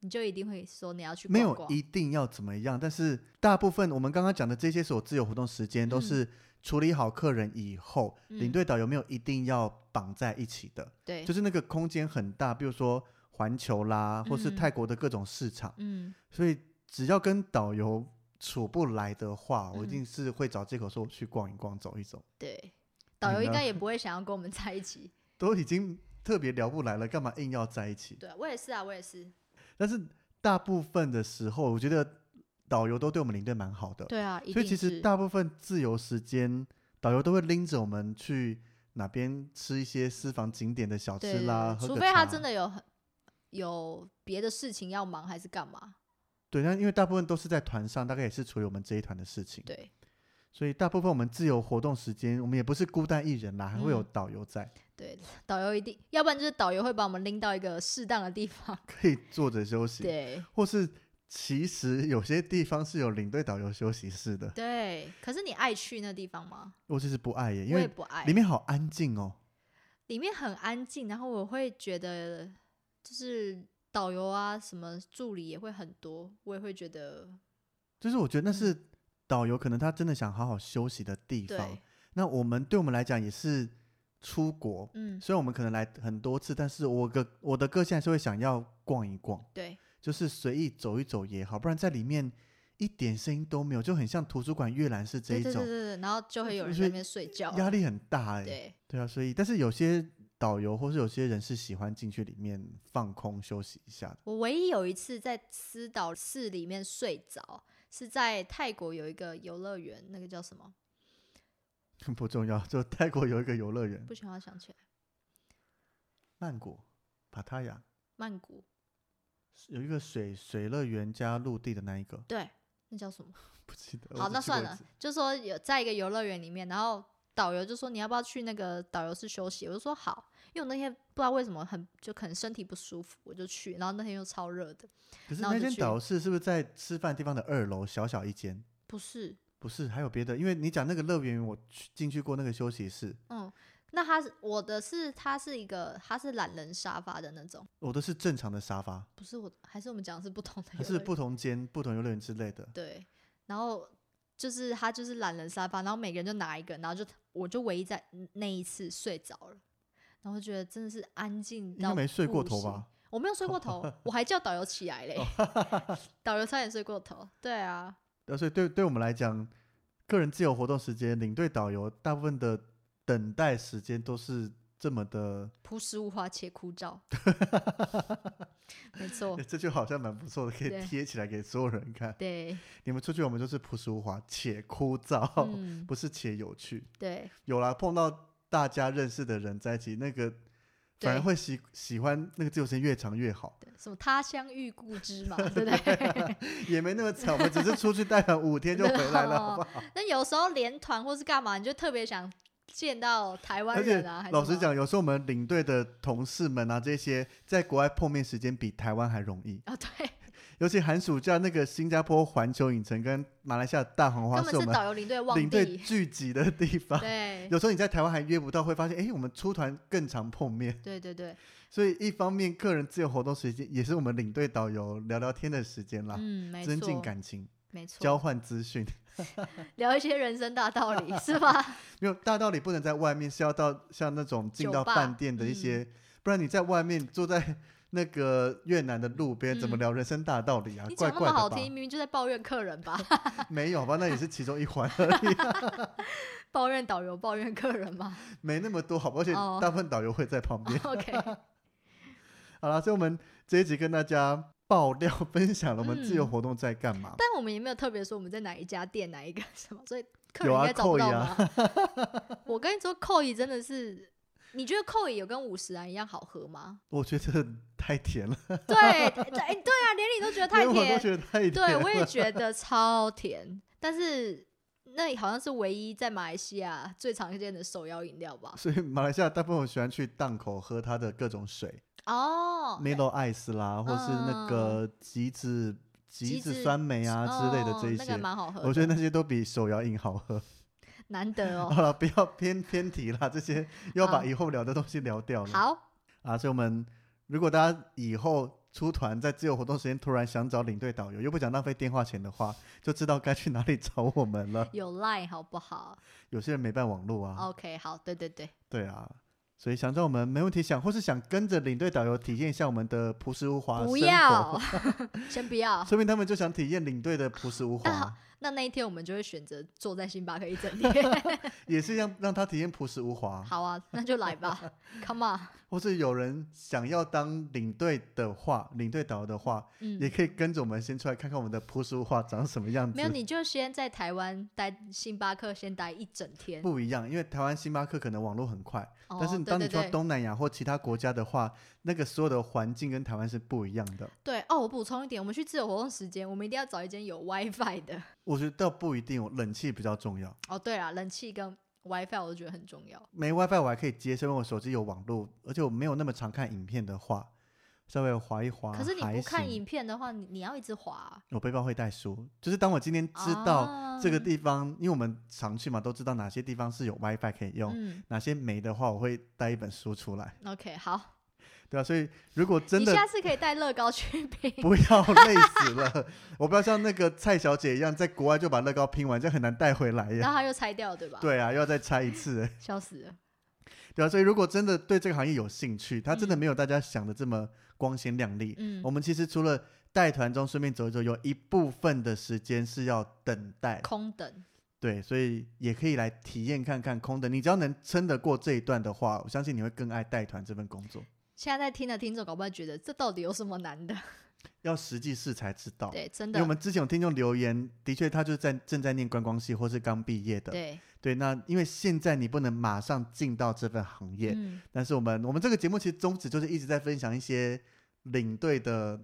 [SPEAKER 1] 你就一定会说你要去
[SPEAKER 2] 没
[SPEAKER 1] 逛
[SPEAKER 2] 有
[SPEAKER 1] 逛，
[SPEAKER 2] 一定要怎么样，但是大部分我们刚刚讲的这些所自由活动时间，都是处理好客人以后，领
[SPEAKER 1] 嗯
[SPEAKER 2] 队导游没有一定要绑在一起的，
[SPEAKER 1] 对，
[SPEAKER 2] 就是那个空间很大，比如说环球啦，或是
[SPEAKER 1] 嗯
[SPEAKER 2] 泰国的各种市场，
[SPEAKER 1] 嗯，
[SPEAKER 2] 所以只要跟导游处不来的话，我一
[SPEAKER 1] 嗯
[SPEAKER 2] 定是会找借口说我去逛一逛、走一走，
[SPEAKER 1] 对，导
[SPEAKER 2] 你
[SPEAKER 1] 游应
[SPEAKER 2] 呢
[SPEAKER 1] 该也不会想要跟我们在一起。
[SPEAKER 2] 都已经特别聊不来了，干嘛硬要在一起？
[SPEAKER 1] 对啊我也是啊，我也是，
[SPEAKER 2] 但是大部分的时候，我觉得导游都对我们领队蛮好的。
[SPEAKER 1] 对啊，
[SPEAKER 2] 呃
[SPEAKER 1] 一
[SPEAKER 2] 所
[SPEAKER 1] 定
[SPEAKER 2] 以其实
[SPEAKER 1] 是
[SPEAKER 2] 大部分自由时间，导游都会拎着我们去哪边吃一些私房景点的小
[SPEAKER 1] 对
[SPEAKER 2] 吃
[SPEAKER 1] 对
[SPEAKER 2] 啦，
[SPEAKER 1] 对
[SPEAKER 2] 喝
[SPEAKER 1] 除
[SPEAKER 2] 个
[SPEAKER 1] 非他
[SPEAKER 2] 茶
[SPEAKER 1] 真的有很有别的事情要忙还是干嘛，
[SPEAKER 2] 对，但因为大部分都是在团上，大概也是处理我们这一团的事情，
[SPEAKER 1] 对。
[SPEAKER 2] 所以大部分我们自由活动时间，我们也不是孤单一人啦，还会有
[SPEAKER 1] 嗯
[SPEAKER 2] 导游在，
[SPEAKER 1] 对，导游一定，要不然就是导游会把我们拎到一个适当的地方。
[SPEAKER 2] 可以坐着休息，
[SPEAKER 1] 对
[SPEAKER 2] 或是其实有些地方是有领队导游休息室的，
[SPEAKER 1] 对，可是你爱去那地方吗？
[SPEAKER 2] 我其实不爱耶，因
[SPEAKER 1] 我也
[SPEAKER 2] 为
[SPEAKER 1] 不爱
[SPEAKER 2] 里，面好安静哦。
[SPEAKER 1] 里面很安静，然后我会觉得就是导游啊，什么助理也会很多，我也会觉得
[SPEAKER 2] 就是我觉得那是导游可能他真的想好好休息的地方
[SPEAKER 1] 嗯对。，
[SPEAKER 2] 那我们对我们来讲也是出国，
[SPEAKER 1] 嗯，
[SPEAKER 2] 虽然我们可能来很多次，但是我个我的个性还是会想要逛一逛，
[SPEAKER 1] 对
[SPEAKER 2] 就是随意走一走也好，不然在里面一点声音都没有，就很像图书馆阅览室这
[SPEAKER 1] 对
[SPEAKER 2] 一
[SPEAKER 1] 对对
[SPEAKER 2] 种，
[SPEAKER 1] 对，然后就会有人
[SPEAKER 2] 所
[SPEAKER 1] 在
[SPEAKER 2] 以
[SPEAKER 1] 那边睡觉了，
[SPEAKER 2] 压力很大哎、
[SPEAKER 1] 对，
[SPEAKER 2] 对啊，所以但是有些导游或是有些人是喜欢进去里面放空休息一下的。
[SPEAKER 1] 我唯一有一次在私岛寺里面睡着，是在泰国有一个游乐园，那个叫什么？
[SPEAKER 2] 不重要，就泰国有一个游乐园，
[SPEAKER 1] 不行，我要想起来，
[SPEAKER 2] 曼谷、帕塔亚
[SPEAKER 1] 曼谷，
[SPEAKER 2] 有一个水水乐园加陆地的那一个，
[SPEAKER 1] 对，那叫什么？
[SPEAKER 2] 不记得。
[SPEAKER 1] 好，
[SPEAKER 2] 我只
[SPEAKER 1] 那
[SPEAKER 2] 去
[SPEAKER 1] 算
[SPEAKER 2] 过一
[SPEAKER 1] 了
[SPEAKER 2] 次，，
[SPEAKER 1] 就说有在一个游乐园里面，然后导游就说你要不要去那个导游室休息？我就说好，因为我那天不知道为什么很就可能身体不舒服，我就去，然后那天又超热的，
[SPEAKER 2] 可是
[SPEAKER 1] 然后
[SPEAKER 2] 那
[SPEAKER 1] 就
[SPEAKER 2] 间
[SPEAKER 1] 去
[SPEAKER 2] 导游室是不是在吃饭地方的二楼，小小一间？
[SPEAKER 1] 不是，
[SPEAKER 2] 不是，还有别的，因为你讲那个乐园，我去进去过那个休息室，
[SPEAKER 1] 嗯，那他是我的是他是一个他是懒人沙发的那种，
[SPEAKER 2] 我的是正常的沙发，
[SPEAKER 1] 不是我的，还是我们讲的是不同的游
[SPEAKER 2] 还
[SPEAKER 1] 乐
[SPEAKER 2] 是
[SPEAKER 1] 园，
[SPEAKER 2] 不同间、不同游乐园之类的。
[SPEAKER 1] 对，然后就是他就是懒人沙发，然后每个人就拿一个，然后就我就唯一在那一次睡着了，然后觉得真的是安静
[SPEAKER 2] 应该
[SPEAKER 1] 到
[SPEAKER 2] 没睡过
[SPEAKER 1] 不
[SPEAKER 2] 头
[SPEAKER 1] 行
[SPEAKER 2] 吧？
[SPEAKER 1] 我没有睡过头，我还叫导游起来嘞，
[SPEAKER 2] 哦
[SPEAKER 1] 导游差点睡过头。对啊，
[SPEAKER 2] 呃，所以对对我们来讲，个人自由活动时间，领队导游大部分的等待时间都是这么的，
[SPEAKER 1] 朴实无华且枯 燥，没错
[SPEAKER 2] 哎诶，这就好像蛮不错的，可
[SPEAKER 1] 对
[SPEAKER 2] 以贴起来给所有人看。
[SPEAKER 1] 对，
[SPEAKER 2] 你们出去，我们就是朴实无华且枯燥，
[SPEAKER 1] 嗯，
[SPEAKER 2] 不是且有趣。
[SPEAKER 1] 对，
[SPEAKER 2] 有啦，碰到大家认识的人在一起，那个反而
[SPEAKER 1] 对
[SPEAKER 2] 会喜喜欢那个自由时间越长越好，
[SPEAKER 1] 对，什么他乡遇故知嘛，对 不对？
[SPEAKER 2] 也没那么长，我们只是出去待了五天就回来 了，
[SPEAKER 1] 哦
[SPEAKER 2] 好不好？
[SPEAKER 1] 那有时候连团或是干嘛，你就特别想见到台湾
[SPEAKER 2] 而且
[SPEAKER 1] 人啊。还是
[SPEAKER 2] 老实
[SPEAKER 1] 什么，
[SPEAKER 2] 讲，有时候我们领队的同事们啊，这些在国外碰面时间比台湾还容易，
[SPEAKER 1] 啊、对，
[SPEAKER 2] 尤其寒暑假那个新加坡环球影城跟马来西亚大红花
[SPEAKER 1] 根
[SPEAKER 2] 是
[SPEAKER 1] 本
[SPEAKER 2] 我
[SPEAKER 1] 是
[SPEAKER 2] 们
[SPEAKER 1] 导游领队的
[SPEAKER 2] 领
[SPEAKER 1] 旺
[SPEAKER 2] 队
[SPEAKER 1] 地，
[SPEAKER 2] 聚集的地方。
[SPEAKER 1] 对。
[SPEAKER 2] 有时候你在台湾还约不到，会发现哎，诶我们出团更常碰面。
[SPEAKER 1] 对对对，
[SPEAKER 2] 所以一方面，个人自由活动时间也是我们领队导游聊聊天的时间啦，
[SPEAKER 1] 嗯，没
[SPEAKER 2] 增进
[SPEAKER 1] 错，
[SPEAKER 2] 感情，
[SPEAKER 1] 没错，
[SPEAKER 2] 交换资讯。
[SPEAKER 1] 聊一些人生大道理是吧？
[SPEAKER 2] 没有大道理不能在外面，是要到像那种进
[SPEAKER 1] 酒
[SPEAKER 2] 到
[SPEAKER 1] 吧嗯
[SPEAKER 2] 饭店的一些，不然你在外面坐在那个越南的路边，怎么
[SPEAKER 1] 嗯
[SPEAKER 2] 聊人生大道理啊？
[SPEAKER 1] 你
[SPEAKER 2] 怪
[SPEAKER 1] 讲那
[SPEAKER 2] 怪
[SPEAKER 1] 么好
[SPEAKER 2] 的
[SPEAKER 1] 听，明明就在抱怨客人吧？
[SPEAKER 2] 吧？没有吧？那也是其中一环 而已，
[SPEAKER 1] 抱怨导游、抱怨客 人嘛。
[SPEAKER 2] 没那么多好吧？而且
[SPEAKER 1] 哦
[SPEAKER 2] 大部分导游会在旁边。
[SPEAKER 1] OK，
[SPEAKER 2] 好了，所以我们这一集跟大家爆料分享了我们自由
[SPEAKER 1] 嗯
[SPEAKER 2] 活动在干嘛。
[SPEAKER 1] 但我们也没有特别说我们在哪一家店、哪一个什么，所以客人
[SPEAKER 2] 有啊
[SPEAKER 1] 应该找不到
[SPEAKER 2] 扣一
[SPEAKER 1] 吧
[SPEAKER 2] 啊？
[SPEAKER 1] 我跟你说，扣一真的是，你觉得扣一有跟五十啊一样好 喝吗？
[SPEAKER 2] 我觉得太甜了，
[SPEAKER 1] 对，哎、对啊，连你都觉得太
[SPEAKER 2] 连我都
[SPEAKER 1] 甜，
[SPEAKER 2] 觉得太甜
[SPEAKER 1] 对
[SPEAKER 2] 了。
[SPEAKER 1] 我也觉得超甜，但是。那里好像是唯一在马来西亚最常见的手摇饮料吧？
[SPEAKER 2] 所以马来西亚大部分我喜欢去档口喝它的各种水。
[SPEAKER 1] 哦，嗯
[SPEAKER 2] Melo Ice 啦，或是那个橘子橘
[SPEAKER 1] 橘
[SPEAKER 2] 子
[SPEAKER 1] 子
[SPEAKER 2] 酸梅啊之类的这一
[SPEAKER 1] 哦、那个
[SPEAKER 2] 些，
[SPEAKER 1] 蛮好喝的，
[SPEAKER 2] 我觉得那些都比手摇饮好喝。
[SPEAKER 1] 难得哦。
[SPEAKER 2] 好了，不要偏偏题啦，这些要把
[SPEAKER 1] 好
[SPEAKER 2] 以后聊的东西聊掉了。
[SPEAKER 1] 好，
[SPEAKER 2] 啊，所以我们如果大家以后出团在自由活动时间突然想找领队导游，又不想浪费电话钱的话，就知道该去哪里找我们了。
[SPEAKER 1] 有 line 好不好
[SPEAKER 2] 有些人没办网络啊，
[SPEAKER 1] ？OK，好，对对对，
[SPEAKER 2] 对啊。所以想找我们没问题想，或是想跟着领队导游体验一下我们的朴实无华啊生活，
[SPEAKER 1] 不要，先不要。
[SPEAKER 2] 说明他们就想体验领队的朴实无华
[SPEAKER 1] 那啊好。那那一天我们就会选择坐在星巴克一整天。
[SPEAKER 2] 也是让让他体验朴实无华，
[SPEAKER 1] 好啊，那就来吧 ，Come on。
[SPEAKER 2] 或是有人想要当领队的话，领队导游的话，也
[SPEAKER 1] 嗯，
[SPEAKER 2] 可以跟着我们先出来看看我们的朴实无华长什么样子。
[SPEAKER 1] 没有，你就先在台湾待星巴克，先待一整天。
[SPEAKER 2] 不一样，因为台湾星巴克可能网络很快，
[SPEAKER 1] 哦
[SPEAKER 2] 但是你
[SPEAKER 1] 对
[SPEAKER 2] 当
[SPEAKER 1] 对
[SPEAKER 2] 你去到
[SPEAKER 1] 对
[SPEAKER 2] 东南亚或其他国家的话，那个所有的环境跟台湾是不一样的。
[SPEAKER 1] 对哦，我补充一点，我们去自由活动时间，我们一定要找一间有 WiFi 的。
[SPEAKER 2] 我觉得倒不一定，哦冷气比较重要。
[SPEAKER 1] 哦，对啦，冷气跟 WiFi 我觉得很重要。
[SPEAKER 2] 没 WiFi 我还可以接受，因为我手机有网络，而且我没有那么常看影片的话，稍微滑一滑。
[SPEAKER 1] 可是你
[SPEAKER 2] 还
[SPEAKER 1] 不看
[SPEAKER 2] 行
[SPEAKER 1] 影片的话，你你要一直滑啊、
[SPEAKER 2] 我背包会带书，就是当我今天知道这个
[SPEAKER 1] 啊
[SPEAKER 2] 地方，因为我们常去嘛，都知道哪些地方是有 WiFi 可以用，
[SPEAKER 1] 嗯
[SPEAKER 2] 哪些没的话，我会带一本书出来，
[SPEAKER 1] ，OK，好，
[SPEAKER 2] 对啊，所以如果真
[SPEAKER 1] 你
[SPEAKER 2] 的
[SPEAKER 1] 下次可以带乐高去 拼。
[SPEAKER 2] 不要累死了， 我不要像那个蔡小姐一样，在国外就把乐高拼完，这样很难带回来
[SPEAKER 1] 然
[SPEAKER 2] 呀。
[SPEAKER 1] 后他又拆掉，对吧？，
[SPEAKER 2] 对啊，又要再拆一次欸。
[SPEAKER 1] 笑死了。
[SPEAKER 2] 对啊，所以如果真的对这个行业有兴趣，它真的没有大家想的这么光鲜亮丽。
[SPEAKER 1] 嗯
[SPEAKER 2] 我，们其实除了带团中顺便走一走，有一部分的时间是要等待，
[SPEAKER 1] 空等，
[SPEAKER 2] 对，所以也可以来体验看看空的。你只要能撑得过这一段的话，我相信你会更爱带团这份工
[SPEAKER 1] 嗯
[SPEAKER 2] 作。
[SPEAKER 1] 现在在听的听众搞不好觉得这到底有什么难的？
[SPEAKER 2] 要实际试才知道。
[SPEAKER 1] 对，真
[SPEAKER 2] 哦因
[SPEAKER 1] 的
[SPEAKER 2] 为我，们之前有听众留言，的确他就是在正在念观光系或是刚毕业的。
[SPEAKER 1] 对，
[SPEAKER 2] 对，那因为现在你不能马上进到这份行业，
[SPEAKER 1] 嗯，
[SPEAKER 2] 但是我们我们这个节目其实宗旨就是一直在分享一些领队的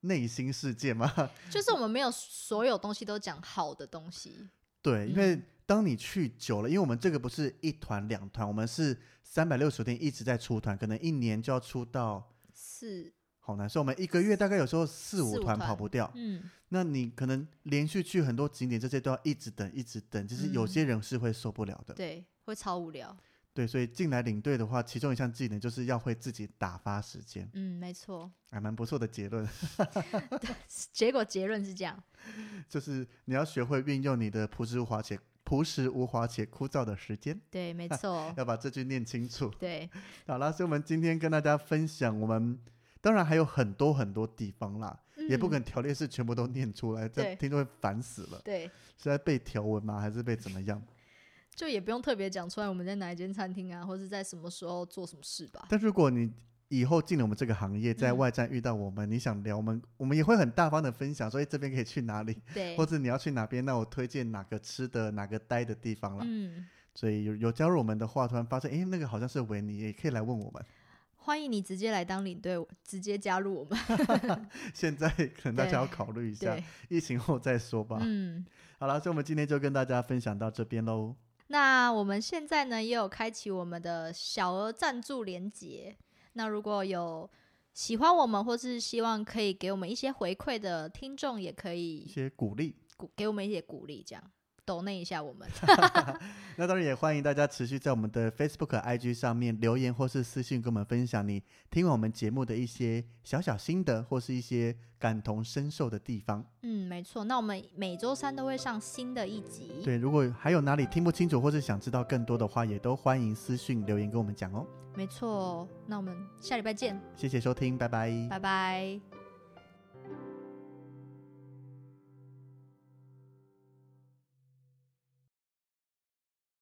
[SPEAKER 2] 内心世界嘛。
[SPEAKER 1] 就是我们没有所有东西都讲好的东西，
[SPEAKER 2] 对，因
[SPEAKER 1] 嗯
[SPEAKER 2] 为当你去久了，因为我们这个不是一团两团，我们是三百六十天一直在出团，可能一年就要出到
[SPEAKER 1] 是，
[SPEAKER 2] 好难受。我们一个月大概有时候四
[SPEAKER 1] 四
[SPEAKER 2] 五
[SPEAKER 1] 五
[SPEAKER 2] 团
[SPEAKER 1] 团
[SPEAKER 2] 跑不掉，
[SPEAKER 1] 嗯，
[SPEAKER 2] 那你可能连续去很多景点，这些都要一直等，一直等，其实有
[SPEAKER 1] 嗯
[SPEAKER 2] 些人是会受不了的。
[SPEAKER 1] 对，会超无聊，
[SPEAKER 2] 对，所以进来领队的话，其中一项技能就是要会自己打发时间，
[SPEAKER 1] 嗯，没错。
[SPEAKER 2] 还蛮不错的结论，
[SPEAKER 1] 结果结论是这样，
[SPEAKER 2] 就是你要学会运用你的朴实无华且朴实无华且枯燥的时间，
[SPEAKER 1] 对，没 错，
[SPEAKER 2] 要把这句念清楚。
[SPEAKER 1] 对，
[SPEAKER 2] 好啦，所以我们今天跟大家分享，我们当然还有很多很多地方啦，也不
[SPEAKER 1] 嗯
[SPEAKER 2] 可能条列式全部都念出来，这样
[SPEAKER 1] 对
[SPEAKER 2] 听众会烦死了。
[SPEAKER 1] 对，
[SPEAKER 2] 是在背条文吗？还是被怎么 样？
[SPEAKER 1] 就也不用特别讲出来我们在哪一间餐厅啊，或是在什么时候做什么事吧。
[SPEAKER 2] 但如果你以后进了我们这个行业，在
[SPEAKER 1] 嗯
[SPEAKER 2] 外站遇到我们，你想聊我们，我们也会很大方的分享，所以这边可以去哪里，
[SPEAKER 1] 对
[SPEAKER 2] 或，者你要去哪边，那我推荐哪个吃的、哪个待的地方啦。
[SPEAKER 1] 嗯，
[SPEAKER 2] 所以有有加入我们的话，突然发现，诶，那个好像是维尼，也可以来问我们。
[SPEAKER 1] 欢迎你直接来当领队，直接加入我们。
[SPEAKER 2] 现在可能大家要考虑一下
[SPEAKER 1] 对，，
[SPEAKER 2] 疫情后再说啊吧。
[SPEAKER 1] 嗯，
[SPEAKER 2] 好了，所以我们今天就跟大家分享到这边喽。
[SPEAKER 1] 那我们现在呢也有开启我们的小额赞助连结，那如果有。喜欢我们，或是希望可以给我们一些回馈的听众，也可
[SPEAKER 2] 一
[SPEAKER 1] 以
[SPEAKER 2] 些鼓励，
[SPEAKER 1] 鼓给我们一些鼓励，这样抖内一下我们。
[SPEAKER 2] 那当然也欢迎大家持续在我们的 Facebook、IG 上面留言或是私信跟我们分享你听完我们节目的一些小小心得，或是一些感同身受的地方。
[SPEAKER 1] 嗯，没错。那我们每周三都会上新的一集。
[SPEAKER 2] 对，如果还有哪里听不清楚，或是想知道更多的话，也都欢迎私信留言跟我们讲哦。
[SPEAKER 1] 没错，那我们下礼拜见，
[SPEAKER 2] 谢谢收听，拜拜
[SPEAKER 1] 拜拜。